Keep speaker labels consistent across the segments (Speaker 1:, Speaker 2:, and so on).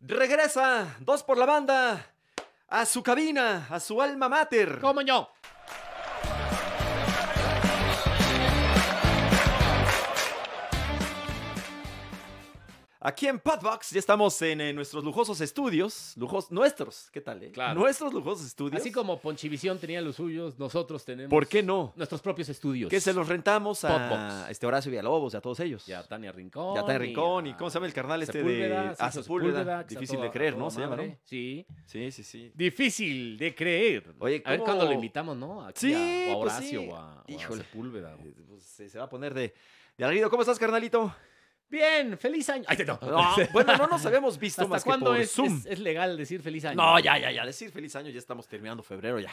Speaker 1: Regresa, dos por la banda, a su cabina, a su alma mater.
Speaker 2: ¿Cómo no?
Speaker 1: Aquí en Podbox ya estamos en, eh, nuestros lujosos estudios. Lujos, nuestros, ¿qué tal? eh?
Speaker 2: Claro.
Speaker 1: Nuestros lujosos estudios.
Speaker 2: Así como Ponchivisión tenía los suyos, nosotros tenemos
Speaker 1: ¿Por qué no?
Speaker 2: nuestros propios estudios.
Speaker 1: Que se los rentamos a,
Speaker 2: Podbox.
Speaker 1: este Horacio Villalobos y a todos ellos.
Speaker 2: Ya Tania Rincón.
Speaker 1: Ya está en Rincón.
Speaker 2: y
Speaker 1: ¿Y
Speaker 2: a
Speaker 1: cómo se llama el carnal este de
Speaker 2: Sepúlveda, Sergio
Speaker 1: Ah, Sepúlveda?
Speaker 2: Sepúlveda, que está
Speaker 1: Difícil
Speaker 2: toda-
Speaker 1: de creer,
Speaker 2: a
Speaker 1: ¿no?
Speaker 2: toda
Speaker 1: Se llama,
Speaker 2: madre.
Speaker 1: ¿no?
Speaker 2: Sí.
Speaker 1: Sí, sí, sí.
Speaker 2: Difícil de creer.
Speaker 1: Oye,
Speaker 2: A ver
Speaker 1: ¿cómo-
Speaker 2: cuándo lo invitamos, ¿no? Aquí
Speaker 1: Sí,
Speaker 2: a, o a
Speaker 1: pues
Speaker 2: Horacio
Speaker 1: sí.
Speaker 2: o, a, o a
Speaker 1: Híjole.
Speaker 2: Sepúlveda.
Speaker 1: Eh, pues, se se va a poner de, de alarido. ¿Cómo estás, carnalito?
Speaker 2: Bien, feliz año. Ay, no.
Speaker 1: No, bueno, no nos habíamos visto
Speaker 2: ¿Hasta
Speaker 1: más que
Speaker 2: cuándo
Speaker 1: por
Speaker 2: es,
Speaker 1: Zoom.
Speaker 2: es- es legal decir feliz año?
Speaker 1: No, ya, ya, ya. Decir feliz año, ya estamos terminando febrero, ya.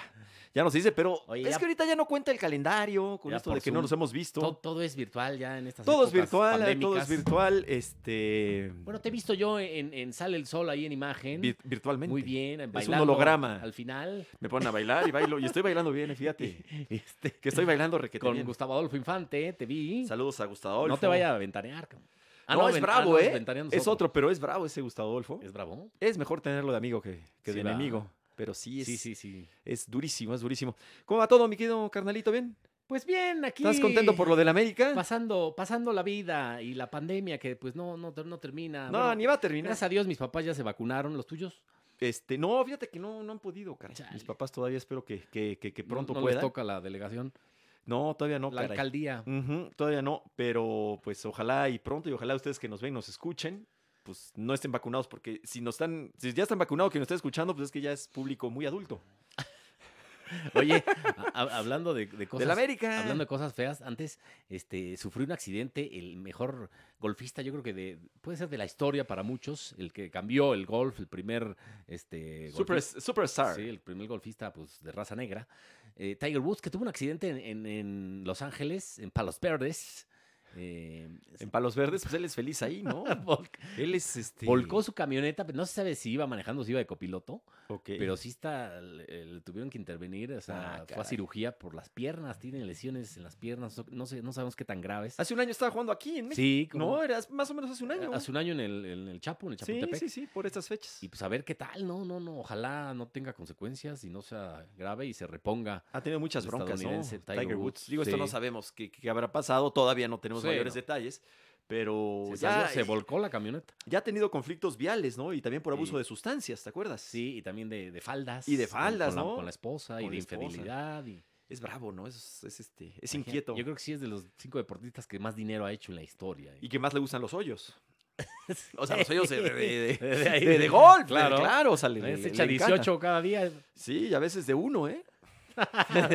Speaker 1: Ya nos dice, pero
Speaker 2: Oye,
Speaker 1: es
Speaker 2: ya-
Speaker 1: que ahorita ya no cuenta el calendario con
Speaker 2: Ya
Speaker 1: esto
Speaker 2: por
Speaker 1: de que no
Speaker 2: Zoom.
Speaker 1: nos hemos visto.
Speaker 2: To- todo es virtual ya en estas
Speaker 1: todo es
Speaker 2: épocas
Speaker 1: virtual, eh, todo es
Speaker 2: pandémicas.
Speaker 1: virtual. Este.
Speaker 2: Bueno, te he visto yo en, en Sale el Sol ahí en imagen.
Speaker 1: vir- virtualmente.
Speaker 2: Muy bien,
Speaker 1: un
Speaker 2: bailando.
Speaker 1: holograma.
Speaker 2: Al final,
Speaker 1: Me ponen a bailar y bailo. Y estoy bailando bien, eh, fíjate. Que estoy bailando requetón.
Speaker 2: con Gustavo Adolfo Infante, te vi.
Speaker 1: Saludos a Gustavo
Speaker 2: No
Speaker 1: Adolfo.
Speaker 2: te vaya a ventanear. cabrón. Ah,
Speaker 1: no, es
Speaker 2: ven-
Speaker 1: bravo,
Speaker 2: ah, no,
Speaker 1: ¿eh?
Speaker 2: ventaneando
Speaker 1: Es otro, pero es bravo ese Gustavo Adolfo.
Speaker 2: ¿Es bravo?
Speaker 1: Es mejor tenerlo de amigo que, que
Speaker 2: Sí,
Speaker 1: de
Speaker 2: va.
Speaker 1: enemigo. Pero sí es,
Speaker 2: Sí, sí, sí.
Speaker 1: es durísimo, es durísimo. ¿Cómo va todo, mi querido carnalito? ¿Bien?
Speaker 2: Pues bien, aquí.
Speaker 1: ¿Estás contento por lo del América?
Speaker 2: Pasando, pasando la vida y la pandemia que pues no, no, ter- no termina.
Speaker 1: no,
Speaker 2: Bueno,
Speaker 1: ni va a terminar.
Speaker 2: Gracias a Dios mis papás ya se vacunaron, los tuyos.
Speaker 1: Este, no, fíjate que no, no han podido, caray. Mis
Speaker 2: Chale.
Speaker 1: papás todavía espero que, que, que, que
Speaker 2: No-
Speaker 1: pronto
Speaker 2: no, les
Speaker 1: puedan.
Speaker 2: toca la delegación,
Speaker 1: No, todavía no,
Speaker 2: la
Speaker 1: caray.
Speaker 2: alcaldía.
Speaker 1: Ujú, todavía no, pero pues ojalá y pronto y ojalá ustedes que nos ven, nos escuchen, pues no estén vacunados porque si no están, si ya están vacunados que nos estén escuchando, pues es que ya es público muy adulto.
Speaker 2: Oye, a- a- hablando de, de
Speaker 1: Del
Speaker 2: cosas.
Speaker 1: América.
Speaker 2: Hablando de cosas feas, antes este, sufrió un accidente, el mejor golfista, yo creo que de, puede ser de la historia para muchos, el que cambió el golf, el primer este,
Speaker 1: Super,
Speaker 2: golfista,
Speaker 1: superstar.
Speaker 2: sí, el primer golfista pues, de raza negra, eh, Tiger Woods, que tuvo un accidente en, en- en Los Ángeles, en Palos Verdes, eh,
Speaker 1: En Palos Verdes, pues él es feliz ahí, ¿no?
Speaker 2: vol-
Speaker 1: él es este.
Speaker 2: volcó su camioneta, pero no se sabe si iba manejando, si iba de copiloto,
Speaker 1: Ok.
Speaker 2: pero sí está, le, le tuvieron que intervenir, o sea,
Speaker 1: Ah,
Speaker 2: fue a
Speaker 1: caray.
Speaker 2: cirugía por las piernas, tiene lesiones en las piernas, no sé, no sabemos qué tan graves.
Speaker 1: Hace un año estaba jugando aquí en México.
Speaker 2: Sí, como-
Speaker 1: No, era más o menos hace un año.
Speaker 2: Hace un año en el, en el Chapo, en el
Speaker 1: sí,
Speaker 2: Chapultepec.
Speaker 1: sí, sí, por estas fechas.
Speaker 2: Y pues a ver qué tal, no, no, no. Ojalá no tenga consecuencias y no sea grave y se reponga.
Speaker 1: Ha tenido muchas
Speaker 2: El
Speaker 1: broncas, ¿no?
Speaker 2: estadounidense
Speaker 1: Tiger,
Speaker 2: Tiger
Speaker 1: Woods.
Speaker 2: Woods,
Speaker 1: Digo, esto
Speaker 2: sí.
Speaker 1: no sabemos qué, qué habrá pasado, todavía no tenemos
Speaker 2: Sí,
Speaker 1: mayores
Speaker 2: no.
Speaker 1: detalles, pero
Speaker 2: Se,
Speaker 1: ya,
Speaker 2: salió, se volcó la camioneta.
Speaker 1: ya ha tenido conflictos viales, ¿no? Y también por abuso
Speaker 2: Sí.
Speaker 1: de sustancias, ¿te acuerdas?
Speaker 2: Sí, y también de, de faldas.
Speaker 1: Y de
Speaker 2: con-
Speaker 1: faldas,
Speaker 2: con la-
Speaker 1: ¿no?
Speaker 2: con la esposa y
Speaker 1: Con
Speaker 2: de
Speaker 1: la esposa.
Speaker 2: infidelidad. y-
Speaker 1: Es bravo, ¿no? Es, es, este, es
Speaker 2: imagina-
Speaker 1: inquieto.
Speaker 2: Yo creo que sí es de los cinco deportistas que más dinero ha hecho en la historia. ¿eh?
Speaker 1: Y que más le gustan los hoyos. O sea, los hoyos de, de, de- de-
Speaker 2: De ahí,
Speaker 1: de- de
Speaker 2: de-
Speaker 1: golf, de- claro.
Speaker 2: claro.
Speaker 1: o sea, le, le-
Speaker 2: Eh, Se
Speaker 1: le
Speaker 2: echa
Speaker 1: encanta.
Speaker 2: 18 cada día. Ah,
Speaker 1: Sí, y a veces de uno, ¿eh?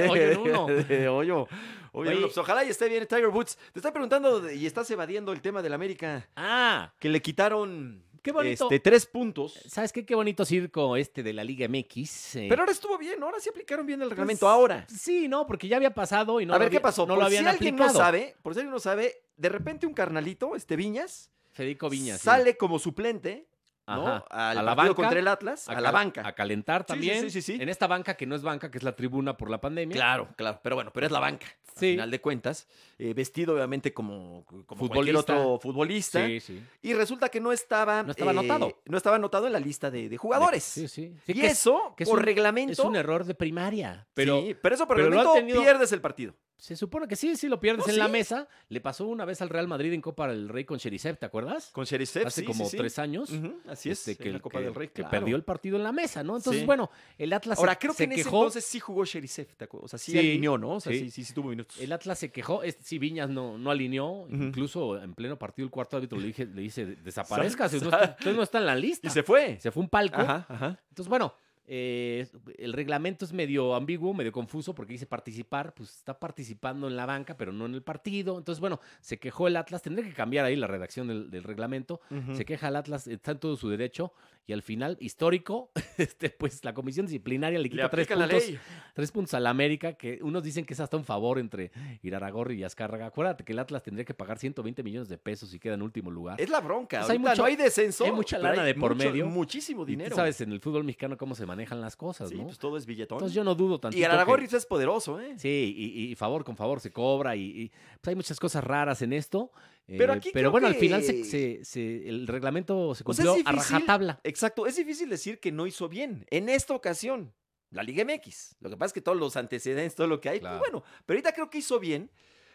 Speaker 2: Hoyo en uno.
Speaker 1: De, de hoyo. hoyo en
Speaker 2: Oye.
Speaker 1: uno. Pues ojalá y esté bien Tiger Woods. Te está preguntando de- y estás evadiendo el tema del América.
Speaker 2: Ah,
Speaker 1: Que le quitaron
Speaker 2: Qué bonito.
Speaker 1: Este, tres puntos.
Speaker 2: ¿sabes qué? Qué bonito circo este de la Liga MX. eh.
Speaker 1: Pero ahora estuvo bien, ahora sí aplicaron bien el
Speaker 2: Pues,
Speaker 1: reglamento. Ahora.
Speaker 2: Sí, no, porque ya había pasado y no
Speaker 1: a
Speaker 2: lo
Speaker 1: ver, ¿qué
Speaker 2: había-
Speaker 1: pasó?
Speaker 2: No
Speaker 1: por
Speaker 2: lo habían
Speaker 1: si alguien
Speaker 2: aplicado.
Speaker 1: no sabe, por si alguien no sabe, de repente un carnalito, este Viñas,
Speaker 2: Federico Viñas. sí.
Speaker 1: sale como suplente, ¿no?
Speaker 2: Ajá.
Speaker 1: Al
Speaker 2: A la
Speaker 1: partido
Speaker 2: banca,
Speaker 1: contra el Atlas, a, la
Speaker 2: cal-
Speaker 1: banca.
Speaker 2: A calentar
Speaker 1: Sí, sí,
Speaker 2: también.
Speaker 1: sí, sí, sí.
Speaker 2: En esta banca que no es banca, que es la tribuna por la pandemia.
Speaker 1: Claro, claro, pero bueno, pero es la banca. Al
Speaker 2: Sí.
Speaker 1: final de cuentas, eh, vestido obviamente como, como cualquier
Speaker 2: Futbolista.
Speaker 1: otro futbolista.
Speaker 2: Sí, sí.
Speaker 1: Y resulta que no estaba. eh,
Speaker 2: No estaba anotado.
Speaker 1: No estaba anotado en la lista de, de jugadores.
Speaker 2: Sí, sí. Sí,
Speaker 1: y
Speaker 2: que es-
Speaker 1: eso,
Speaker 2: que es
Speaker 1: por
Speaker 2: un-
Speaker 1: reglamento.
Speaker 2: Es un error de primaria. Pero
Speaker 1: sí, er- pero eso por
Speaker 2: pero lo han
Speaker 1: reglamento
Speaker 2: tenido-
Speaker 1: pierdes el partido.
Speaker 2: se supone que sí, sí lo pierdes
Speaker 1: No,
Speaker 2: en la
Speaker 1: ¿Oh, sí.
Speaker 2: mesa. Le pasó una vez al Real Madrid en Copa del Rey con Cherisev, ¿te acuerdas?
Speaker 1: Con Cherisev,
Speaker 2: Hace
Speaker 1: sí,
Speaker 2: como
Speaker 1: sí, sí.
Speaker 2: tres años.
Speaker 1: Ujú, así es,
Speaker 2: este,
Speaker 1: en la
Speaker 2: el-
Speaker 1: Copa del Rey.
Speaker 2: que
Speaker 1: claro.
Speaker 2: perdió el partido en la mesa, ¿no? Entonces,
Speaker 1: Sí.
Speaker 2: bueno, el Atlas se-
Speaker 1: Ahora, creo
Speaker 2: se
Speaker 1: que en ese
Speaker 2: quejó.
Speaker 1: entonces sí jugó Cherisev, ¿te acuerdas? O sea, sí,
Speaker 2: Sí.
Speaker 1: alineó, ¿no? O sea, sí.
Speaker 2: Sí.
Speaker 1: sí, sí, tuvo minutos.
Speaker 2: El Atlas se quejó, es- sí, Viñas no, no alineó, incluso en pleno partido el cuarto árbitro le, dije, le dice, desaparezca, si no está- usted no está en la lista.
Speaker 1: Y se fue.
Speaker 2: Se fue un palco.
Speaker 1: Ajá, ajá.
Speaker 2: Entonces, bueno, eh, el reglamento es medio ambiguo, medio confuso, porque dice participar, pues está participando en la banca, pero no en el partido. Entonces, bueno, se quejó el Atlas, tendría que cambiar ahí la redacción del, del reglamento.
Speaker 1: Ujú.
Speaker 2: Se queja el Atlas, está en todo su derecho, y al final, histórico, este, pues la comisión disciplinaria le
Speaker 1: Le
Speaker 2: quita tres
Speaker 1: aplican la
Speaker 2: puntos,
Speaker 1: ley.
Speaker 2: tres puntos a la América, que unos dicen que es hasta un favor entre Iraragorri y Azcárraga. Acuérdate que el Atlas tendría que pagar 120 millones de pesos si queda en último lugar.
Speaker 1: Es la bronca.
Speaker 2: O sea, hay
Speaker 1: Ahorita
Speaker 2: mucho-
Speaker 1: no hay descenso.
Speaker 2: hay mucha
Speaker 1: pero
Speaker 2: lana de por medio.
Speaker 1: Muchísimo
Speaker 2: Y
Speaker 1: dinero.
Speaker 2: Tú sabes en el fútbol mexicano cómo se manejan las cosas,
Speaker 1: Sí,
Speaker 2: ¿no?
Speaker 1: pues todo es billetón.
Speaker 2: Entonces yo no dudo tanto.
Speaker 1: y Aragorri es poderoso, ¿eh?
Speaker 2: Sí, y, y favor con favor se cobra y, y, pues hay muchas cosas raras en esto. eh,
Speaker 1: Pero aquí creo
Speaker 2: bueno, al final
Speaker 1: que-
Speaker 2: se, se- se- el reglamento se
Speaker 1: O sea, es
Speaker 2: cumplió a
Speaker 1: difícil-
Speaker 2: rajatabla.
Speaker 1: Exacto, es difícil decir que no hizo bien en esta ocasión la Liga MX. Lo que pasa es que todos los antecedentes, todo lo que hay, pues
Speaker 2: Claro.
Speaker 1: bueno, pero ahorita creo que hizo bien,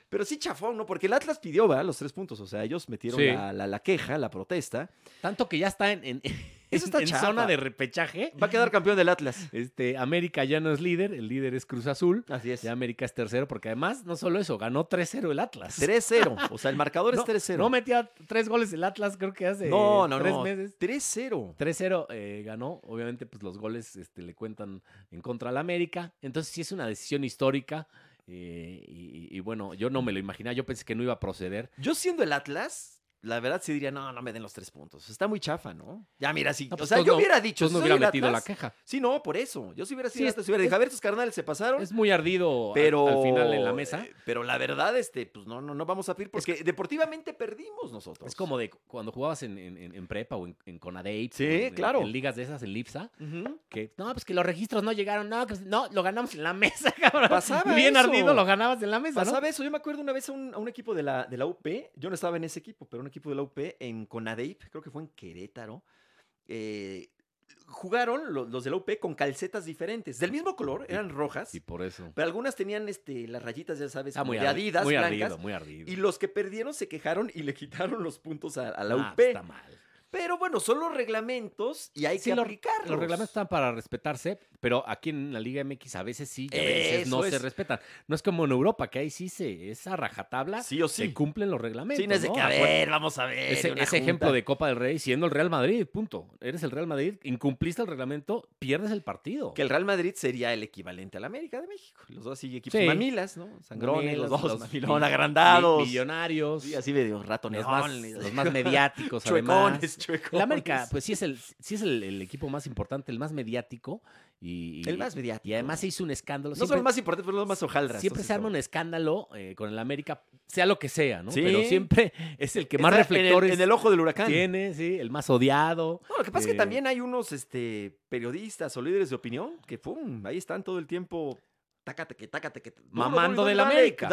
Speaker 1: pero sí chafón, ¿no? Porque el Atlas pidió, ¿verdad? Los tres puntos, o sea, ellos metieron
Speaker 2: Sí.
Speaker 1: la, la- la queja, la protesta.
Speaker 2: Tanto que ya está en, en-
Speaker 1: Eso está
Speaker 2: en
Speaker 1: chafa.
Speaker 2: zona de repechaje.
Speaker 1: Va a quedar campeón del Atlas.
Speaker 2: Este, América ya no es líder, el líder es Cruz Azul.
Speaker 1: Así es.
Speaker 2: Ya América es tercero, porque además, no solo eso, ganó 3-0 el Atlas.
Speaker 1: 3-0, o sea, el marcador
Speaker 2: No,
Speaker 1: es 3-0.
Speaker 2: No metía tres goles el Atlas, creo que hace
Speaker 1: no, no,
Speaker 2: tres
Speaker 1: no.
Speaker 2: meses.
Speaker 1: 3-0.
Speaker 2: 3-0 eh, ganó, obviamente pues los goles este, le cuentan en contra al América, entonces sí es una decisión histórica eh, y, y- y bueno, yo no me lo imaginaba, yo pensé que no iba a proceder.
Speaker 1: Yo siendo el Atlas, la verdad sí diría, no, no me den los tres puntos. Está muy chafa, ¿no? Ya, mira, sí.
Speaker 2: No,
Speaker 1: o
Speaker 2: pues,
Speaker 1: sea,
Speaker 2: entonces
Speaker 1: yo
Speaker 2: no-
Speaker 1: hubiera dicho,
Speaker 2: Yo no
Speaker 1: soy
Speaker 2: hubiera
Speaker 1: el
Speaker 2: metido
Speaker 1: Atlas,
Speaker 2: la queja.
Speaker 1: Sí, no, por eso. Yo sí hubiera sido
Speaker 2: Sí,
Speaker 1: el
Speaker 2: es-
Speaker 1: Atlas, hubiera dicho, a ver, tus carnales se pasaron.
Speaker 2: Es muy ardido al-
Speaker 1: pero
Speaker 2: al, final en la mesa.
Speaker 1: eh, Pero la verdad, este, pues no, no, no vamos a pedir porque deportivamente perdimos nosotros.
Speaker 2: Es como de cu- cuando jugabas en, en- en- en prepa o en, en Conadeip.
Speaker 1: Sí,
Speaker 2: o en- en-
Speaker 1: claro.
Speaker 2: En ligas de esas, en Lipsa.
Speaker 1: Ujú.
Speaker 2: Que, no, pues que los registros no llegaron. No, que- no lo ganamos en la mesa, cabrón.
Speaker 1: Pasaba
Speaker 2: Bien
Speaker 1: eso.
Speaker 2: ardido lo ganabas en la mesa, ¿no?
Speaker 1: Pasaba eso. Yo me acuerdo una vez a un, a un equipo de la, de la UP. Yo no estaba en ese equipo, pero un equipo de la UP en Conadeip, creo que fue en Querétaro. eh, jugaron lo- los de la UP con calcetas diferentes, del mismo color, eran rojas.
Speaker 2: Y por eso.
Speaker 1: Pero algunas tenían este, las rayitas, ya sabes,
Speaker 2: Está
Speaker 1: como
Speaker 2: Ah, muy,
Speaker 1: de
Speaker 2: ardi-
Speaker 1: Adidas
Speaker 2: muy
Speaker 1: blancas.
Speaker 2: ardido, muy ardido.
Speaker 1: Y los que perdieron se quejaron y le quitaron los puntos a, a la
Speaker 2: Ah,
Speaker 1: UP.
Speaker 2: pues, está mal.
Speaker 1: Pero bueno, son los reglamentos y hay
Speaker 2: Sí,
Speaker 1: que
Speaker 2: lo-
Speaker 1: aplicarlos.
Speaker 2: Los reglamentos están para respetarse, pero aquí en la Liga MX a veces sí, y a veces no
Speaker 1: Eso
Speaker 2: se
Speaker 1: es.
Speaker 2: respetan. No es como en Europa, que ahí sí se, es a rajatabla,
Speaker 1: Sí o
Speaker 2: se
Speaker 1: sí.
Speaker 2: cumplen los reglamentos.
Speaker 1: Sí, no es de
Speaker 2: ¿no? Ah,
Speaker 1: que, a ver, vamos a ver.
Speaker 2: Ese,
Speaker 1: una
Speaker 2: ese
Speaker 1: junta.
Speaker 2: ejemplo de Copa del Rey, siendo el Real Madrid, punto. Eres el Real Madrid, incumpliste el reglamento, pierdes el partido.
Speaker 1: Que el Real Madrid sería el equivalente al América de México. Los dos así equipos
Speaker 2: Sí.
Speaker 1: mamilas, ¿no? Sangrones, los
Speaker 2: Mamilas,
Speaker 1: dos
Speaker 2: los
Speaker 1: mamilón,
Speaker 2: mi- Mi-
Speaker 1: agrandados.
Speaker 2: Millonarios,
Speaker 1: Sí, así medio ratones
Speaker 2: los, más, los más mediáticos además.
Speaker 1: chuecones, chuecones.
Speaker 2: El América, pues sí es, el, sí es el, el equipo más importante, el más mediático. Y, y-
Speaker 1: El más mediático.
Speaker 2: pues, Y además se hizo un escándalo.
Speaker 1: No son
Speaker 2: Siempre-
Speaker 1: los más importantes, pero los más hojaldras.
Speaker 2: Siempre
Speaker 1: entonces,
Speaker 2: se arma
Speaker 1: no.
Speaker 2: un escándalo eh, con el América, sea lo que sea, ¿no?
Speaker 1: Sí.
Speaker 2: Pero siempre es el que más
Speaker 1: Está en el-
Speaker 2: reflectores
Speaker 1: En el, ojo del huracán.
Speaker 2: tiene, sí, el más odiado.
Speaker 1: No, lo que pasa es
Speaker 2: Eh,
Speaker 1: que también hay unos este, periodistas o líderes de opinión que pum, ahí están todo el tiempo tácate que tácate que
Speaker 2: Mamando del América.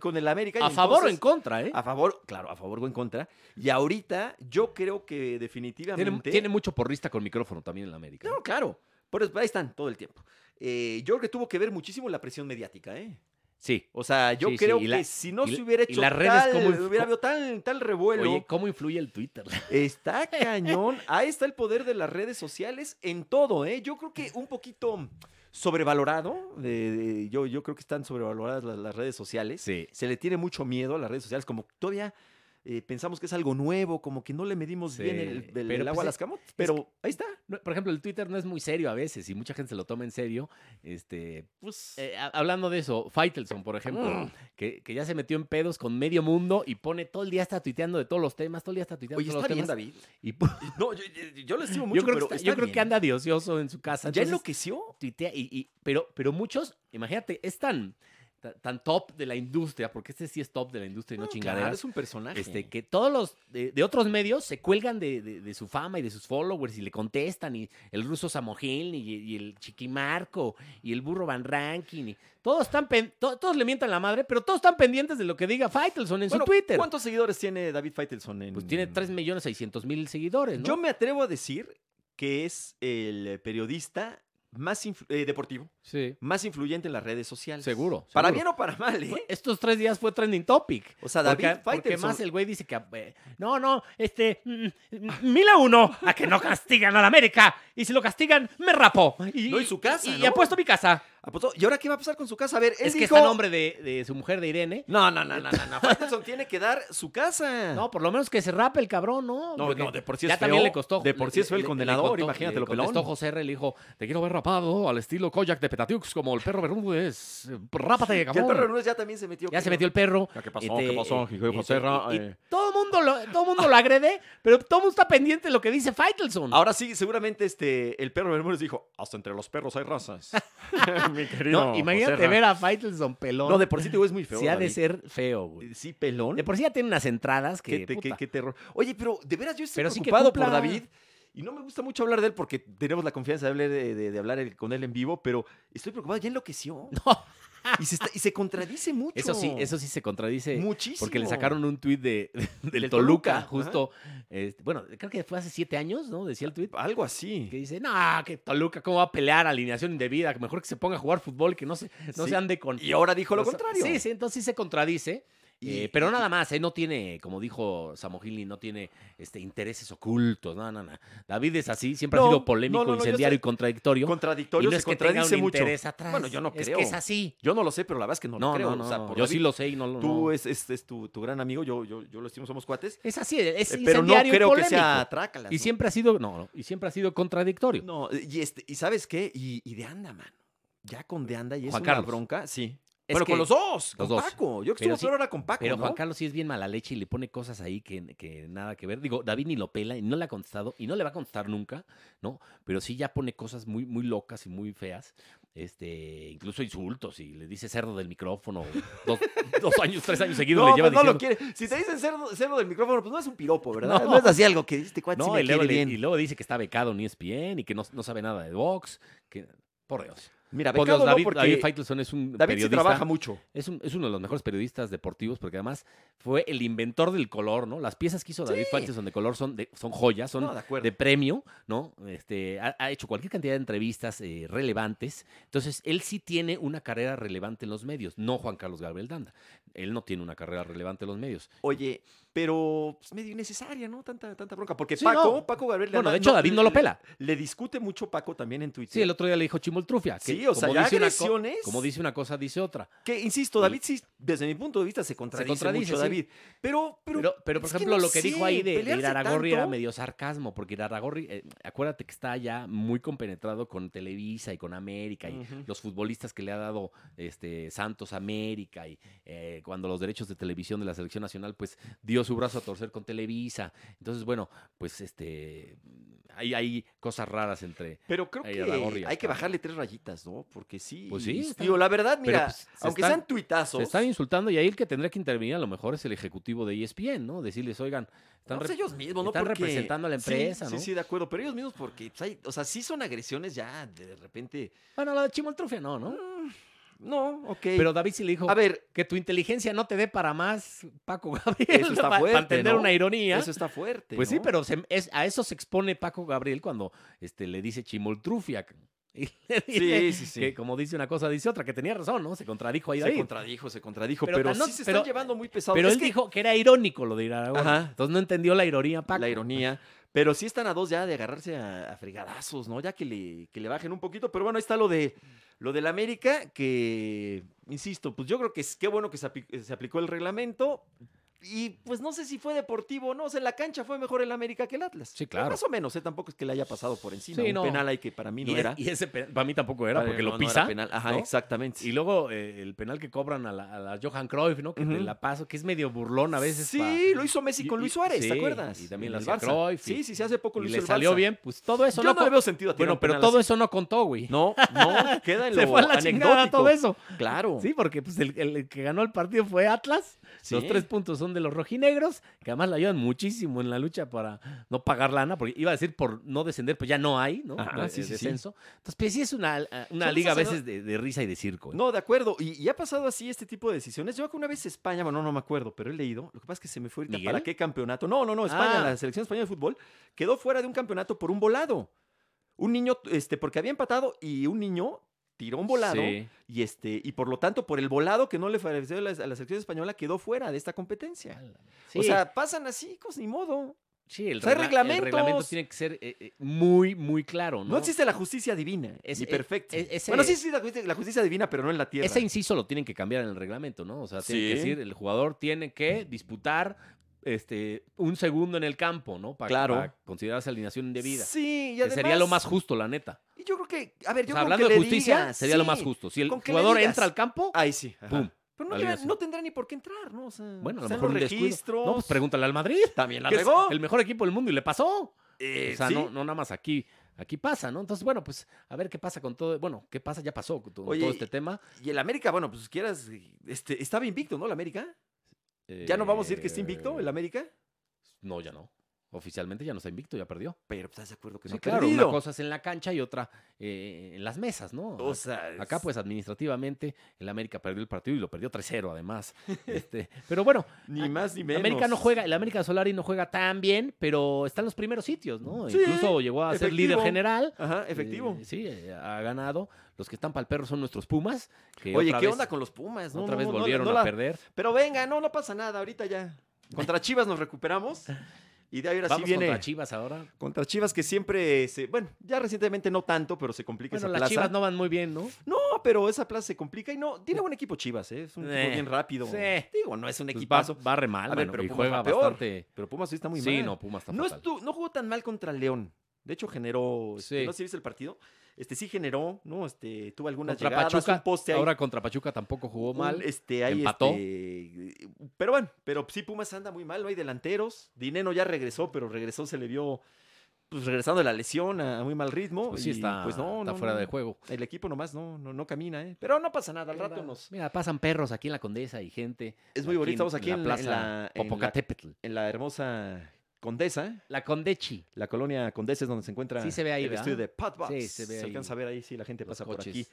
Speaker 1: con el América y
Speaker 2: a favor o en
Speaker 1: entonces-
Speaker 2: contra, ¿eh?
Speaker 1: A favor, claro, a favor o en contra. Y ahorita yo creo que
Speaker 2: Tiene,
Speaker 1: definitivamente
Speaker 2: tiene mucho porrista con micrófono también el América.
Speaker 1: No, claro. Por eso ahí están todo el tiempo. Eh, yo creo que tuvo que ver muchísimo la presión mediática, ¿eh?
Speaker 2: Sí.
Speaker 1: O sea, yo
Speaker 2: Sí, sí,
Speaker 1: creo
Speaker 2: y la-
Speaker 1: que si no
Speaker 2: y-
Speaker 1: se hubiera
Speaker 2: y
Speaker 1: hecho
Speaker 2: las redes
Speaker 1: tal,
Speaker 2: cómo inf-
Speaker 1: hubiera habido tal, tal revuelo.
Speaker 2: Oye, ¿cómo influye el Twitter?
Speaker 1: Está cañón. Ahí está el poder de las redes sociales en todo, ¿eh? Yo creo que un poquito sobrevalorado. de- de- yo, yo creo que están sobrevaloradas las, las redes sociales.
Speaker 2: Sí.
Speaker 1: Se le tiene mucho miedo a las redes sociales, como todavía eh, pensamos que es algo nuevo, como que no le medimos
Speaker 2: Sí,
Speaker 1: bien el, el-
Speaker 2: pero
Speaker 1: el agua
Speaker 2: pues
Speaker 1: a las
Speaker 2: es-
Speaker 1: camotes. Pero
Speaker 2: que-
Speaker 1: ahí está.
Speaker 2: No, por ejemplo, el Twitter no es muy serio a veces y mucha gente se lo toma en serio. Este,
Speaker 1: Pues,
Speaker 2: eh, ha- hablando de eso, Faitelson, por ejemplo,
Speaker 1: Mm.
Speaker 2: que, que ya se metió en pedos con medio mundo y pone todo el día está tuiteando de todos los temas, todo el día está tuiteando
Speaker 1: oye,
Speaker 2: de todos
Speaker 1: está bien,
Speaker 2: los temas.
Speaker 1: David.
Speaker 2: Y pues
Speaker 1: No, yo, yo- yo lo estimo mucho,
Speaker 2: yo creo, que,
Speaker 1: pero
Speaker 2: está-
Speaker 1: está
Speaker 2: yo creo que
Speaker 1: bien.
Speaker 2: anda de ocioso en su casa.
Speaker 1: ¿Ya
Speaker 2: entonces
Speaker 1: enloqueció?
Speaker 2: tuitea y, y- pero, pero muchos, imagínate, es tan, ta- tan top de la industria, porque este sí es top de la industria y no,
Speaker 1: No, Ah, claro,
Speaker 2: chingaderas.
Speaker 1: es un personaje.
Speaker 2: este, que todos los de, de otros medios se cuelgan de, de- de su fama y de sus followers y le contestan. Y el ruso Samogil y, y el Chiquimarco y el burro Van Rankin. y todos, están pen- to- todos le mientan la madre, pero todos están pendientes de lo que diga Faitelson en
Speaker 1: Bueno,
Speaker 2: su Twitter.
Speaker 1: ¿Cuántos seguidores tiene David Faitelson en
Speaker 2: Pues tiene 3.600.000 seguidores, ¿no?
Speaker 1: Yo me atrevo a decir que es el eh, periodista más influ- eh, deportivo,
Speaker 2: Sí,
Speaker 1: más influyente en las redes sociales.
Speaker 2: seguro.
Speaker 1: Para
Speaker 2: seguro.
Speaker 1: bien o para mal,
Speaker 2: Fue-
Speaker 1: ¿eh?
Speaker 2: Estos tres días fue trending topic.
Speaker 1: O sea, David
Speaker 2: Porque, porque
Speaker 1: Faitelson-
Speaker 2: más el güey dice que eh, no, no, este mm, mm, mil a uno a que no castigan a la América y si lo castigan me rapo y,
Speaker 1: No, y su casa,
Speaker 2: y,
Speaker 1: ¿no?
Speaker 2: apuesto mi casa.
Speaker 1: Apostó- ¿Y ahora qué va a pasar con su casa? A ver, él
Speaker 2: es que
Speaker 1: dijo...
Speaker 2: está nombre de, de su mujer de Irene.
Speaker 1: No, no, no, no, no, no. Faitelson tiene que dar su casa.
Speaker 2: No, por lo menos que se rape el cabrón, ¿no?
Speaker 1: No,
Speaker 2: Porque
Speaker 1: no, de por sí
Speaker 2: ya
Speaker 1: es
Speaker 2: también
Speaker 1: feo,
Speaker 2: le costó.
Speaker 1: de por sí es feo el condenador, imagínate lo
Speaker 2: le contestó
Speaker 1: pelón.
Speaker 2: José R. le dijo, te quiero ver rapado al estilo Kojak de Petatiux como el perro Bermúdez. Rápate,
Speaker 1: Que el perro
Speaker 2: cabrón.
Speaker 1: Núñez ya también se metió.
Speaker 2: pues, Ya se
Speaker 1: creo.
Speaker 2: metió el perro.
Speaker 1: Ya, ¿Qué
Speaker 2: Este, eh,
Speaker 1: Jijo de
Speaker 2: este,
Speaker 1: Joserra?
Speaker 2: y- y
Speaker 1: Eh,
Speaker 2: todo mundo lo, todo mundo lo agrede, pero todo mundo está pendiente de lo que dice Faitelson.
Speaker 1: Ahora sí, seguramente este, el perro Bermúdez dijo, hasta entre los perros hay razas. Mi querido
Speaker 2: No, imagínate
Speaker 1: Joserra.
Speaker 2: ver a Faitelson pelón.
Speaker 1: No, de por sí te es muy feo.
Speaker 2: sí ha de
Speaker 1: David.
Speaker 2: ser feo, güey.
Speaker 1: Eh, Sí, pelón.
Speaker 2: De por sí ya tiene unas entradas que.
Speaker 1: Qué, te- qué-
Speaker 2: puta.
Speaker 1: qué terror. Oye, pero de veras yo estoy
Speaker 2: Pero sí que
Speaker 1: preocupado por
Speaker 2: cumpla.
Speaker 1: David. Y no me gusta mucho hablar de él porque tenemos la confianza de hablar, de, de- de hablar el- con él en vivo, pero estoy preocupado, ya enloqueció.
Speaker 2: No.
Speaker 1: Y se, está- y se contradice mucho.
Speaker 2: Eso sí, eso sí se contradice.
Speaker 1: Muchísimo.
Speaker 2: Porque le sacaron un tuit de, del,
Speaker 1: Del Toluca,
Speaker 2: Toluca,
Speaker 1: ajá.
Speaker 2: justo. este, bueno, creo que fue hace siete años, ¿no?
Speaker 1: Ah,
Speaker 2: Decía el tuit.
Speaker 1: Algo así.
Speaker 2: Que dice, no, que Toluca, ¿cómo va a pelear alineación indebida? Que mejor que se ponga a jugar fútbol, que no se, no
Speaker 1: Sí.
Speaker 2: se ande con...
Speaker 1: Y ahora dijo lo
Speaker 2: o sea,
Speaker 1: contrario.
Speaker 2: Sí, sí, entonces sí se contradice.
Speaker 1: Y-
Speaker 2: eh, pero nada más, ¿eh? no tiene, como dijo Samogili, no tiene este, intereses ocultos. No, no, no. David es así, siempre
Speaker 1: No,
Speaker 2: ha sido
Speaker 1: no,
Speaker 2: polémico,
Speaker 1: no, no, yo sé.
Speaker 2: incendiario y contradictorio. y
Speaker 1: Contradictorio,
Speaker 2: no
Speaker 1: se
Speaker 2: es que tenga
Speaker 1: contradice
Speaker 2: un
Speaker 1: mucho.
Speaker 2: interés atrás.
Speaker 1: Bueno, yo no
Speaker 2: es
Speaker 1: creo.
Speaker 2: que es así.
Speaker 1: Yo no lo sé, pero la verdad es que no, lo
Speaker 2: No,
Speaker 1: creo.
Speaker 2: no, no,
Speaker 1: O sea,
Speaker 2: no,
Speaker 1: por
Speaker 2: yo
Speaker 1: David,
Speaker 2: sí lo sé y no lo
Speaker 1: Tú
Speaker 2: no.
Speaker 1: es, es, es tu, tu gran amigo, yo, yo, yo lo estimo, somos cuates.
Speaker 2: Es así, es
Speaker 1: eh, pero no
Speaker 2: incendiario y
Speaker 1: creo que
Speaker 2: polémico.
Speaker 1: sea trácalas.
Speaker 2: Y
Speaker 1: ¿no?
Speaker 2: siempre ha sido, no, no, y siempre ha sido contradictorio.
Speaker 1: No, y, este, y ¿sabes qué? Y, y de anda, mano. Ya con de anda y es
Speaker 2: Juan
Speaker 1: una
Speaker 2: Carlos.
Speaker 1: bronca, sí.
Speaker 2: Es
Speaker 1: bueno,
Speaker 2: que-
Speaker 1: con los dos, con
Speaker 2: los dos.
Speaker 1: Paco. Yo creo que
Speaker 2: Pero
Speaker 1: estuvo
Speaker 2: sí-
Speaker 1: peor ahora con Paco,
Speaker 2: Pero
Speaker 1: ¿no?
Speaker 2: Juan Carlos sí es bien mala leche y le pone cosas ahí que, que nada que ver. Digo, David ni lo pela y no le ha contestado y no le va a contestar nunca, ¿no? Pero sí ya pone cosas muy, muy locas y muy feas. Este, incluso insultos y le dice cerdo del micrófono. Dos, dos años, tres años seguidos
Speaker 1: No,
Speaker 2: le lleva
Speaker 1: pues no lo
Speaker 2: diciendo.
Speaker 1: quiere. Si te dicen cerdo, cerdo del micrófono, pues no es un piropo, ¿verdad? No,
Speaker 2: No.
Speaker 1: es así algo que este cuate sí
Speaker 2: No,
Speaker 1: me
Speaker 2: y luego,
Speaker 1: quiere
Speaker 2: le-
Speaker 1: bien.
Speaker 2: y luego dice que está becado en E ESPN y que no, no sabe nada de box. Que, por Dios.
Speaker 1: Mira,
Speaker 2: Por
Speaker 1: becado
Speaker 2: Dios,
Speaker 1: no,
Speaker 2: pues David,
Speaker 1: porque
Speaker 2: David
Speaker 1: David,
Speaker 2: Faitelson es un
Speaker 1: sí
Speaker 2: periodista.
Speaker 1: trabaja mucho.
Speaker 2: Es, un- es uno de los mejores periodistas deportivos porque además fue el inventor del color, ¿no? Las piezas que hizo David
Speaker 1: Sí.
Speaker 2: Faitelson de color son, de- son joyas, son
Speaker 1: No, de acuerdo.
Speaker 2: de premio, ¿no? Este, ha, ha hecho cualquier cantidad de entrevistas eh, relevantes. Entonces, él sí tiene una carrera relevante en los medios, no Juan Carlos Gabriel Danda. Él no tiene una carrera relevante en los medios.
Speaker 1: Oye, pero es medio innecesaria, ¿no? Tanta, tanta bronca. Porque
Speaker 2: Sí,
Speaker 1: Paco,
Speaker 2: no.
Speaker 1: Paco Gabriel. le
Speaker 2: Bueno,
Speaker 1: anda- eh,
Speaker 2: de hecho, David no lo pela.
Speaker 1: Le discute mucho Paco también en Twitter.
Speaker 2: Sí, el otro día le dijo Chimoltrufia. Que
Speaker 1: Sí, o sea, ya
Speaker 2: una co-
Speaker 1: agresiones.
Speaker 2: como dice una cosa, dice otra.
Speaker 1: Que, insisto,
Speaker 2: Y-
Speaker 1: David sí, desde mi punto de vista, se contradice,
Speaker 2: contradice,
Speaker 1: mucho,
Speaker 2: sí.
Speaker 1: David. Pero, pero,
Speaker 2: Pero, pero, por
Speaker 1: es que
Speaker 2: ejemplo,
Speaker 1: no
Speaker 2: lo que dijo
Speaker 1: sé,
Speaker 2: ahí de, de
Speaker 1: pelearse
Speaker 2: Iraragorri era
Speaker 1: tanto.
Speaker 2: medio sarcasmo, porque Iraragorri, eh, acuérdate que está ya muy compenetrado con Televisa y con América y
Speaker 1: Ujú.
Speaker 2: los futbolistas que le ha dado este Santos a América y eh, cuando los derechos de televisión de la selección nacional, pues dio su brazo a torcer con Televisa. Entonces, bueno, pues este hay, hay cosas raras entre.
Speaker 1: Pero creo
Speaker 2: Ahí
Speaker 1: que
Speaker 2: a la gorra y ya
Speaker 1: hay que
Speaker 2: está.
Speaker 1: bajarle tres rayitas, ¿no? Porque sí.
Speaker 2: Pues sí, está-
Speaker 1: Digo, la verdad, mira,
Speaker 2: pues, se
Speaker 1: aunque
Speaker 2: están-
Speaker 1: sean tuitazos.
Speaker 2: Se están insultando y ahí el que tendría que intervenir a lo mejor es el ejecutivo de E ESPN, ¿no? Decirles, oigan, están
Speaker 1: no, pues
Speaker 2: re-
Speaker 1: ellos mismos, ¿no?
Speaker 2: están
Speaker 1: Porque-
Speaker 2: representando a la
Speaker 1: Sí,
Speaker 2: empresa,
Speaker 1: sí,
Speaker 2: ¿no?
Speaker 1: Sí, de acuerdo. Pero ellos mismos, porque, pues, hay- o sea, sí son agresiones ya de repente.
Speaker 2: Bueno, lo de Chimoltrufia no, ¿no?
Speaker 1: Mm, No, ok.
Speaker 2: Pero David sí le dijo
Speaker 1: a ver,
Speaker 2: que tu inteligencia no te dé para más, Paco Gabriel.
Speaker 1: Eso está
Speaker 2: pa-
Speaker 1: fuerte,
Speaker 2: Para entender
Speaker 1: ¿no?
Speaker 2: una ironía.
Speaker 1: eso está fuerte.
Speaker 2: ¿eh? pues sí,
Speaker 1: ¿no?
Speaker 2: pero se- es- a eso se expone Paco Gabriel cuando este, le dice Chimoltrufia. Y le
Speaker 1: Sí,
Speaker 2: dice
Speaker 1: sí, sí.
Speaker 2: Que como dice una cosa, dice otra, que tenía razón, ¿no? Se contradijo ahí
Speaker 1: Se
Speaker 2: David.
Speaker 1: contradijo, se contradijo. Pero,
Speaker 2: Pero tan no-
Speaker 1: sí se
Speaker 2: pero-
Speaker 1: están llevando muy pesado.
Speaker 2: Pero
Speaker 1: Es
Speaker 2: él
Speaker 1: que
Speaker 2: dijo que era irónico lo de Iraragorri.
Speaker 1: Ajá.
Speaker 2: Entonces no entendió la ironía, Paco.
Speaker 1: la ironía. Pero sí están a dos ya de agarrarse a, a fregadazos, ¿no? Ya que le, que le bajen un poquito. Pero bueno, ahí está lo de lo del América, que, insisto, pues yo creo que es qué bueno que se, api- se aplicó el reglamento. Y pues no sé si fue deportivo o no. O sea, en la cancha fue mejor el América que el Atlas.
Speaker 2: Sí, claro.
Speaker 1: Más o menos, ¿eh? Tampoco es que le haya pasado por encima.
Speaker 2: Sí,
Speaker 1: un
Speaker 2: no.
Speaker 1: penal ahí que para mí no
Speaker 2: y, e,
Speaker 1: era.
Speaker 2: y ese penal, para mí tampoco era,
Speaker 1: Para-
Speaker 2: porque
Speaker 1: no,
Speaker 2: lo
Speaker 1: no era
Speaker 2: pisa.
Speaker 1: penal. Ajá,
Speaker 2: ¿no?
Speaker 1: exactamente.
Speaker 2: Y luego eh, el penal que cobran a la, a la Johan Cruyff, ¿no? Que te
Speaker 1: Ujú.
Speaker 2: la paso, que es medio burlón a veces.
Speaker 1: Sí,
Speaker 2: pa-
Speaker 1: lo hizo Messi
Speaker 2: y-
Speaker 1: con
Speaker 2: y-
Speaker 1: Luis Suárez,
Speaker 2: sí,
Speaker 1: ¿te acuerdas?
Speaker 2: y también
Speaker 1: En
Speaker 2: lo
Speaker 1: el
Speaker 2: hacía
Speaker 1: Barça.
Speaker 2: Cruyff y-
Speaker 1: Sí, sí, sí, hace poco
Speaker 2: Y
Speaker 1: lo hizo
Speaker 2: le
Speaker 1: el
Speaker 2: salió
Speaker 1: Barça.
Speaker 2: bien, pues todo eso
Speaker 1: Yo
Speaker 2: no.
Speaker 1: no, le
Speaker 2: co-
Speaker 1: veo sentido a tirar
Speaker 2: bueno,
Speaker 1: un
Speaker 2: pero
Speaker 1: penal así.
Speaker 2: todo eso no contó, güey.
Speaker 1: No, no, queda en lo
Speaker 2: Se fue a la chingada
Speaker 1: anecdótico.
Speaker 2: todo eso.
Speaker 1: Claro.
Speaker 2: Sí, porque pues el, el que ganó el partido fue Atlas. Los
Speaker 1: Sí.
Speaker 2: tres puntos son de los rojinegros, que además le ayudan muchísimo en la lucha para no pagar lana, porque iba a decir por no descender, pues ya no hay, ¿no?
Speaker 1: Ajá, sí,
Speaker 2: No, eh,
Speaker 1: sí, sí.
Speaker 2: descenso. Entonces, pues sí es una, eh, una
Speaker 1: Son
Speaker 2: liga a
Speaker 1: esas-
Speaker 2: veces de, de risa y de circo. ¿eh?
Speaker 1: No, de acuerdo. Y, y ha pasado así este tipo de decisiones. Yo que una vez España, bueno, no me acuerdo, pero he leído. Lo que pasa es que se me fue ahorita
Speaker 2: ¿Miguel?
Speaker 1: para qué campeonato. No, no, no, España,
Speaker 2: Ah.
Speaker 1: la selección española de fútbol, quedó fuera de un campeonato por un volado. Un niño, este, porque había empatado y un niño tiró un volado
Speaker 2: Sí.
Speaker 1: y este, y por lo tanto, por el volado que no le favoreció a la, a la selección española, quedó fuera de esta competencia.
Speaker 2: Sí,
Speaker 1: O sea, pasan así, cos, ni modo.
Speaker 2: sí, el,
Speaker 1: o sea, hay
Speaker 2: regla- el reglamento
Speaker 1: reglamentos.
Speaker 2: tiene que ser eh, eh, muy, muy claro,
Speaker 1: No,
Speaker 2: ¿no?
Speaker 1: existe la justicia divina, e
Speaker 2: Es-
Speaker 1: ni
Speaker 2: es-
Speaker 1: perfecta.
Speaker 2: es- ese-
Speaker 1: bueno, sí existe la justicia, la justicia divina, pero no en la tierra.
Speaker 2: Ese inciso lo tienen que cambiar en el reglamento, ¿no? O sea, tiene que
Speaker 1: Sí.
Speaker 2: decir, el jugador tiene que disputar este, un segundo en el campo, ¿no? Para,
Speaker 1: Claro.
Speaker 2: para considerarse alineación indebida.
Speaker 1: Sí, y
Speaker 2: Que sería lo
Speaker 1: además-
Speaker 2: más justo, la neta.
Speaker 1: Y yo creo que, a ver,
Speaker 2: O
Speaker 1: yo creo
Speaker 2: sea, hablando
Speaker 1: que
Speaker 2: de
Speaker 1: le
Speaker 2: justicia,
Speaker 1: digas,
Speaker 2: sería lo más
Speaker 1: sí.
Speaker 2: justo. Si el
Speaker 1: con que le
Speaker 2: jugador
Speaker 1: digas. "Ah,
Speaker 2: entra al campo,
Speaker 1: Ahí sí. ajá.
Speaker 2: ¡pum!
Speaker 1: Pero no,
Speaker 2: la
Speaker 1: lleva-
Speaker 2: alineación.
Speaker 1: no tendrá ni por qué entrar, ¿no? O sea,
Speaker 2: Bueno, a lo
Speaker 1: están
Speaker 2: mejor un
Speaker 1: los
Speaker 2: descuido.
Speaker 1: registros.
Speaker 2: No, pues pregúntale al Madrid.
Speaker 1: También la
Speaker 2: que es
Speaker 1: regó.
Speaker 2: el mejor equipo del mundo y le pasó.
Speaker 1: Eh,
Speaker 2: o sea,
Speaker 1: sí.
Speaker 2: no, no nada más aquí. Aquí pasa, ¿no? Entonces, bueno, pues a ver qué pasa con todo. Bueno, qué pasa, ya pasó con todo,
Speaker 1: Oye,
Speaker 2: todo este tema.
Speaker 1: Y el América, bueno, pues quieras, este, estaba invicto, ¿no? El América. Ya no vamos a decir que está invicto el
Speaker 2: Eh,
Speaker 1: América.
Speaker 2: No, ya no. Oficialmente ya no está invicto, ya perdió.
Speaker 1: Pero pues, estás de acuerdo que
Speaker 2: Sí,
Speaker 1: no ha
Speaker 2: claro,
Speaker 1: perdido?
Speaker 2: una cosa es en la cancha y otra eh, en las mesas, ¿no?
Speaker 1: O sea, es-
Speaker 2: Acá, pues, administrativamente, el América perdió el partido y lo perdió 3-0, además. Este, pero bueno,
Speaker 1: ni
Speaker 2: a-
Speaker 1: más ni
Speaker 2: el
Speaker 1: menos.
Speaker 2: América no juega, el América Solari no juega tan bien, pero está en los primeros sitios, ¿no?
Speaker 1: Sí,
Speaker 2: Incluso llegó a ser líder
Speaker 1: efectivo.
Speaker 2: general.
Speaker 1: Ajá, efectivo.
Speaker 2: Eh, sí, eh, ha ganado. Los que están para el perro son nuestros Pumas. Que
Speaker 1: Oye,
Speaker 2: otra
Speaker 1: ¿qué
Speaker 2: vez-
Speaker 1: onda con los Pumas? No,
Speaker 2: otra
Speaker 1: no,
Speaker 2: vez
Speaker 1: no, no la-
Speaker 2: volvieron
Speaker 1: no
Speaker 2: a
Speaker 1: la-
Speaker 2: perder.
Speaker 1: Pero venga, no, no pasa nada, ahorita ya. Contra Chivas nos recuperamos. Y de ahí ahora sí
Speaker 2: Vamos
Speaker 1: viene.
Speaker 2: contra Chivas ahora.
Speaker 1: Contra Chivas que siempre se. Bueno, ya recientemente no tanto, pero se complica
Speaker 2: Bueno,
Speaker 1: esa
Speaker 2: las
Speaker 1: plaza.
Speaker 2: Chivas no van muy bien, ¿no?
Speaker 1: No, pero esa plaza se complica y no. Tiene buen equipo Chivas, ¿eh? Es un
Speaker 2: Eh,
Speaker 1: equipo bien rápido.
Speaker 2: sí.
Speaker 1: Digo, no es un
Speaker 2: Pues
Speaker 1: equipazo.
Speaker 2: va, va re mal,
Speaker 1: A ver,
Speaker 2: mano,
Speaker 1: pero
Speaker 2: y
Speaker 1: Pumas
Speaker 2: juega
Speaker 1: va peor.
Speaker 2: bastante.
Speaker 1: Pero Pumas sí está muy
Speaker 2: sí,
Speaker 1: mal.
Speaker 2: no, Pumas está
Speaker 1: No,
Speaker 2: fatal.
Speaker 1: estu- no jugó tan mal contra León. De hecho, generó. este,
Speaker 2: Sí.
Speaker 1: No sé si viste el partido. Este sí generó, ¿no? Este, tuvo algunas
Speaker 2: Contra
Speaker 1: llegadas,
Speaker 2: Pachuca,
Speaker 1: un poste ahí.
Speaker 2: ahora contra Pachuca tampoco jugó
Speaker 1: un,
Speaker 2: mal.
Speaker 1: este, ahí,
Speaker 2: empató.
Speaker 1: este, pero bueno, pero sí, Pumas anda muy mal, no hay delanteros. Dineno ya regresó, pero regresó, se le vio pues regresando de la lesión a muy mal ritmo.
Speaker 2: Pues sí
Speaker 1: y,
Speaker 2: está,
Speaker 1: pues no,
Speaker 2: está
Speaker 1: no,
Speaker 2: fuera
Speaker 1: no.
Speaker 2: de juego.
Speaker 1: El equipo nomás no, no, no camina, ¿eh? Pero no pasa nada, al rato nos.
Speaker 2: Mira, pasan perros aquí en la Condesa y gente.
Speaker 1: Es muy bonito, estamos aquí en, la, en la- en la-
Speaker 2: Popocatépetl.
Speaker 1: en la hermosa Condesa.
Speaker 2: La Condechi.
Speaker 1: La colonia Condesa es donde se encuentra
Speaker 2: Sí se ve ahí,
Speaker 1: el
Speaker 2: ¿verdad?
Speaker 1: estudio de Patbox.
Speaker 2: Sí, se ve ahí
Speaker 1: alcanza a ver ahí, sí, la gente
Speaker 2: los
Speaker 1: pasa por
Speaker 2: coches.
Speaker 1: aquí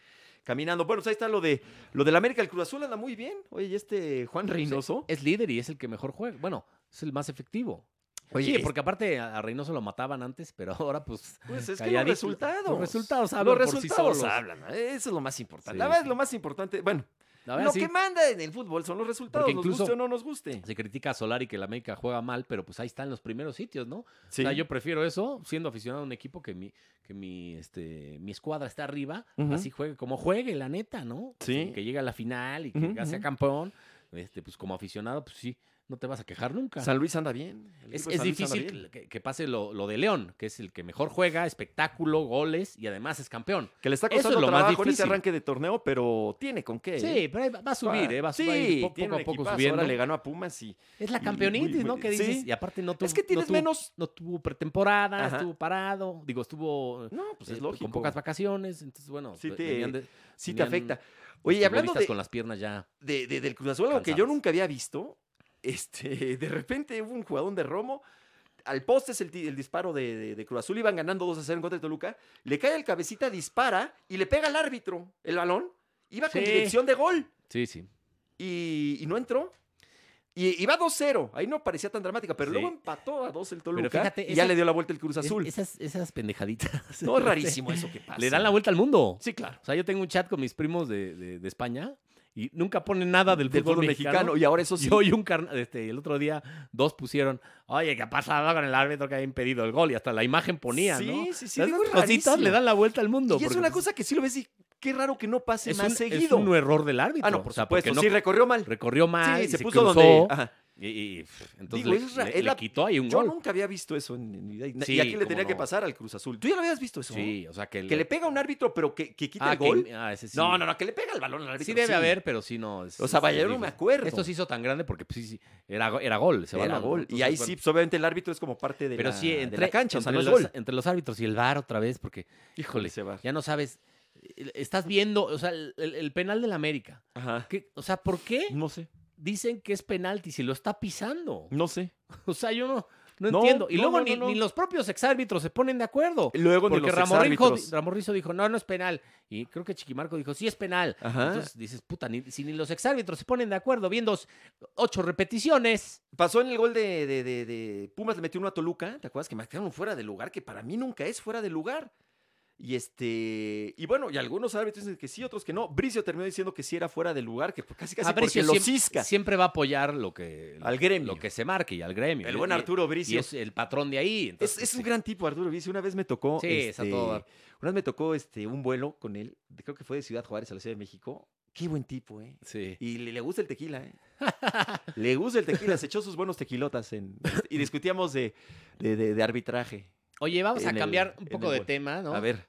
Speaker 1: caminando. Bueno, pues ahí está lo de lo del América. El Cruz Azul anda muy bien. Oye, y este Juan Reynoso.
Speaker 2: Es líder y es el que mejor juega. Bueno, es el más efectivo.
Speaker 1: Oye,
Speaker 2: sí,
Speaker 1: es-
Speaker 2: porque aparte a a Reynoso lo mataban antes, pero ahora pues.
Speaker 1: Pues es que los
Speaker 2: Calladito.
Speaker 1: resultados.
Speaker 2: Los resultados
Speaker 1: Los
Speaker 2: hablan por sí
Speaker 1: resultados
Speaker 2: solos.
Speaker 1: hablan. Eso es lo más importante.
Speaker 2: Sí,
Speaker 1: La verdad es
Speaker 2: sí.
Speaker 1: lo más importante. Bueno,
Speaker 2: la verdad,
Speaker 1: lo
Speaker 2: sí,
Speaker 1: que manda en el fútbol son los resultados.
Speaker 2: Porque
Speaker 1: Nos guste
Speaker 2: incluso-
Speaker 1: o no nos guste.
Speaker 2: Se critica a Solari que la América juega mal, pero pues ahí está en los primeros sitios, ¿no?
Speaker 1: Sí.
Speaker 2: O sea, yo prefiero eso, siendo aficionado a un equipo que mi, que mi, este, mi escuadra está arriba,
Speaker 1: Ujú.
Speaker 2: así juegue como juegue, la neta, ¿no?
Speaker 1: Sí.
Speaker 2: Que llegue a la final y que
Speaker 1: Ujú,
Speaker 2: ya sea
Speaker 1: ujú.
Speaker 2: campeón. Este, pues como aficionado, pues sí, no te vas a quejar nunca.
Speaker 1: San Luis anda bien. El equipo
Speaker 2: es
Speaker 1: de
Speaker 2: es
Speaker 1: San Luis anda
Speaker 2: difícil
Speaker 1: bien.
Speaker 2: que, que- que pase lo, lo de León, que es el que mejor juega, espectáculo, goles y además es campeón.
Speaker 1: Que le está
Speaker 2: Eso es
Speaker 1: costando
Speaker 2: lo más
Speaker 1: trabajo en este
Speaker 2: difícil.
Speaker 1: arranque de torneo, pero tiene con qué.
Speaker 2: Sí, pero ahí va va a subir, ¿eh? Va, a
Speaker 1: sí,
Speaker 2: subir, va a ir po-
Speaker 1: tiene
Speaker 2: poco a
Speaker 1: un
Speaker 2: poco
Speaker 1: equipazo.
Speaker 2: subiendo.
Speaker 1: Ahora le ganó a Pumas y
Speaker 2: Es la
Speaker 1: Y-
Speaker 2: campeonitis,
Speaker 1: y-
Speaker 2: ¿no?
Speaker 1: y-
Speaker 2: Que dices,
Speaker 1: sí.
Speaker 2: y aparte no tuvo,
Speaker 1: es que
Speaker 2: no
Speaker 1: tienes
Speaker 2: tuvo-
Speaker 1: menos.
Speaker 2: no tuvo pretemporada,
Speaker 1: Ajá.
Speaker 2: estuvo parado, digo, estuvo
Speaker 1: No, pues
Speaker 2: eh,
Speaker 1: es lógico.
Speaker 2: con pocas vacaciones, entonces bueno,
Speaker 1: Sí
Speaker 2: ve-
Speaker 1: te-
Speaker 2: venían de-
Speaker 1: sí te
Speaker 2: tenían
Speaker 1: afecta.
Speaker 2: los
Speaker 1: Oye, y hablando
Speaker 2: futbolistas
Speaker 1: de,
Speaker 2: con las piernas ya.
Speaker 1: de- de- del Cruz Azul, algo que yo
Speaker 2: Cansados.
Speaker 1: nunca había visto, este, de repente hubo un jugador de Romo. Al poste es el, ti- el disparo de, de- de Cruz Azul. Iban ganando 2 a 0 en contra de Toluca. Le cae el cabecita, dispara y le pega al árbitro el balón. Iba con
Speaker 2: Sí.
Speaker 1: dirección de gol
Speaker 2: Sí, sí.
Speaker 1: y, y no entró. Y iba 2-0. Ahí no parecía tan dramática, pero
Speaker 2: Sí.
Speaker 1: luego empató a 2 el Toluca.
Speaker 2: fíjate,
Speaker 1: y ya
Speaker 2: esa-
Speaker 1: le dio la vuelta el Cruz
Speaker 2: Es-
Speaker 1: Azul.
Speaker 2: esas, esas pendejaditas.
Speaker 1: no es rarísimo eso que pasa.
Speaker 2: Le dan la vuelta al mundo.
Speaker 1: Sí, claro.
Speaker 2: O sea, yo tengo un chat con mis primos de, de- de España y nunca ponen nada del,
Speaker 1: Del
Speaker 2: fútbol, mexicano.
Speaker 1: Y ahora eso sí.
Speaker 2: Y hoy un carna- este, el otro día dos pusieron, oye, ¿qué ha pasado con el árbitro que ha impedido el gol? Y hasta la imagen ponía,
Speaker 1: sí,
Speaker 2: ¿no?
Speaker 1: Sí, sí,
Speaker 2: Las
Speaker 1: digo, es
Speaker 2: cositas le
Speaker 1: rarísimo.
Speaker 2: dan la vuelta al mundo.
Speaker 1: Y es
Speaker 2: porque,
Speaker 1: una
Speaker 2: pues,
Speaker 1: cosa que sí lo ves y qué raro que no pase
Speaker 2: es
Speaker 1: más
Speaker 2: un, es
Speaker 1: seguido.
Speaker 2: un error del árbitro.
Speaker 1: ah, no, por
Speaker 2: o sea, porque
Speaker 1: supuesto.
Speaker 2: no
Speaker 1: sí, recorrió mal.
Speaker 2: recorrió mal,
Speaker 1: sí,
Speaker 2: y
Speaker 1: se
Speaker 2: se,
Speaker 1: puso
Speaker 2: cruzó,
Speaker 1: donde. ajá.
Speaker 2: Y, y, pf, entonces
Speaker 1: Digo,
Speaker 2: le-
Speaker 1: es ra-
Speaker 2: le,
Speaker 1: es
Speaker 2: le
Speaker 1: la-
Speaker 2: quitó ahí un
Speaker 1: Yo
Speaker 2: gol.
Speaker 1: nunca había visto eso en, en mi vida. y
Speaker 2: Sí,
Speaker 1: aquí le
Speaker 2: cómo
Speaker 1: tenía que
Speaker 2: no.
Speaker 1: pasar al Cruz Azul. ¿Tú ya lo habías visto eso?
Speaker 2: Sí, o sea, que,
Speaker 1: no? Que le pega a un árbitro, pero que, que quita
Speaker 2: ah,
Speaker 1: el gol.
Speaker 2: que- ah, ese sí.
Speaker 1: No, no, no, que le pega el balón al árbitro.
Speaker 2: Sí debe haber, pero sí no. es-
Speaker 1: O sea,
Speaker 2: es
Speaker 1: vaya, yo no
Speaker 2: horrible.
Speaker 1: me acuerdo.
Speaker 2: Esto se hizo tan grande porque pues, sí, sí, era, go- era gol. ese
Speaker 1: Era
Speaker 2: balón, ¿no?
Speaker 1: gol. y
Speaker 2: Entonces,
Speaker 1: ahí
Speaker 2: bueno,
Speaker 1: sí, pues, obviamente el árbitro es como parte de,
Speaker 2: Pero
Speaker 1: la,
Speaker 2: sí,
Speaker 1: de
Speaker 2: entre,
Speaker 1: la cancha. O sea, no
Speaker 2: entre
Speaker 1: es
Speaker 2: los,
Speaker 1: gol.
Speaker 2: entre los árbitros y el VAR otra vez, porque, híjole,
Speaker 1: Ese VAR.
Speaker 2: ya no sabes. eh, Estás viendo, o sea, el, el- el penal del América.
Speaker 1: Ajá.
Speaker 2: ¿Qué- o sea, ¿por qué
Speaker 1: No sé.
Speaker 2: dicen que es penalti si lo está pisando?
Speaker 1: No sé.
Speaker 2: O sea, yo no, no,
Speaker 1: No,
Speaker 2: entiendo. Y
Speaker 1: no,
Speaker 2: luego
Speaker 1: no,
Speaker 2: ni,
Speaker 1: no, no.
Speaker 2: ni los propios exárbitros se ponen de acuerdo.
Speaker 1: Luego ni
Speaker 2: Porque
Speaker 1: los
Speaker 2: Ramorrijo,
Speaker 1: exárbitros.
Speaker 2: Ramorrizo dijo, no, no es penal. Y creo que Chiquimarco dijo, sí es penal.
Speaker 1: Ajá.
Speaker 2: Entonces dices, puta, ni- si ni los exárbitros se ponen de acuerdo viendo os- ocho repeticiones.
Speaker 1: Pasó en el gol de, de- de- de Pumas, le metió uno a Toluca, ¿te acuerdas? Que marcaron un fuera de lugar, que para mí nunca es fuera de lugar. Y este, y bueno, y algunos árbitros dicen que sí, otros que no. Bricio terminó diciendo que sí era fuera de lugar, que casi casi
Speaker 2: A Bricio
Speaker 1: porque lo
Speaker 2: siempre-
Speaker 1: cisca
Speaker 2: Siempre va a apoyar lo que,
Speaker 1: al gremio.
Speaker 2: lo que se marque y al gremio.
Speaker 1: el
Speaker 2: Y-
Speaker 1: buen
Speaker 2: y-
Speaker 1: Arturo
Speaker 2: Y
Speaker 1: Bricio.
Speaker 2: es el patrón de ahí.
Speaker 1: Es,
Speaker 2: entonces,
Speaker 1: es un
Speaker 2: este,
Speaker 1: gran tipo, Arturo Bricio. Una vez me tocó.
Speaker 2: Sí, es a
Speaker 1: este,
Speaker 2: todo dar.
Speaker 1: Una vez me tocó este, un vuelo con él, de- creo que fue de Ciudad Juárez a la Ciudad de México. Qué buen tipo, ¿eh?
Speaker 2: Sí.
Speaker 1: Y le, le gusta el tequila, ¿eh? le gusta el tequila, se echó sus buenos tequilotas en, y discutíamos de, de- de- de arbitraje.
Speaker 2: Oye, vamos a
Speaker 1: en el-
Speaker 2: cambiar un
Speaker 1: en
Speaker 2: poco
Speaker 1: el
Speaker 2: de
Speaker 1: gol.
Speaker 2: tema, ¿no?
Speaker 1: A ver,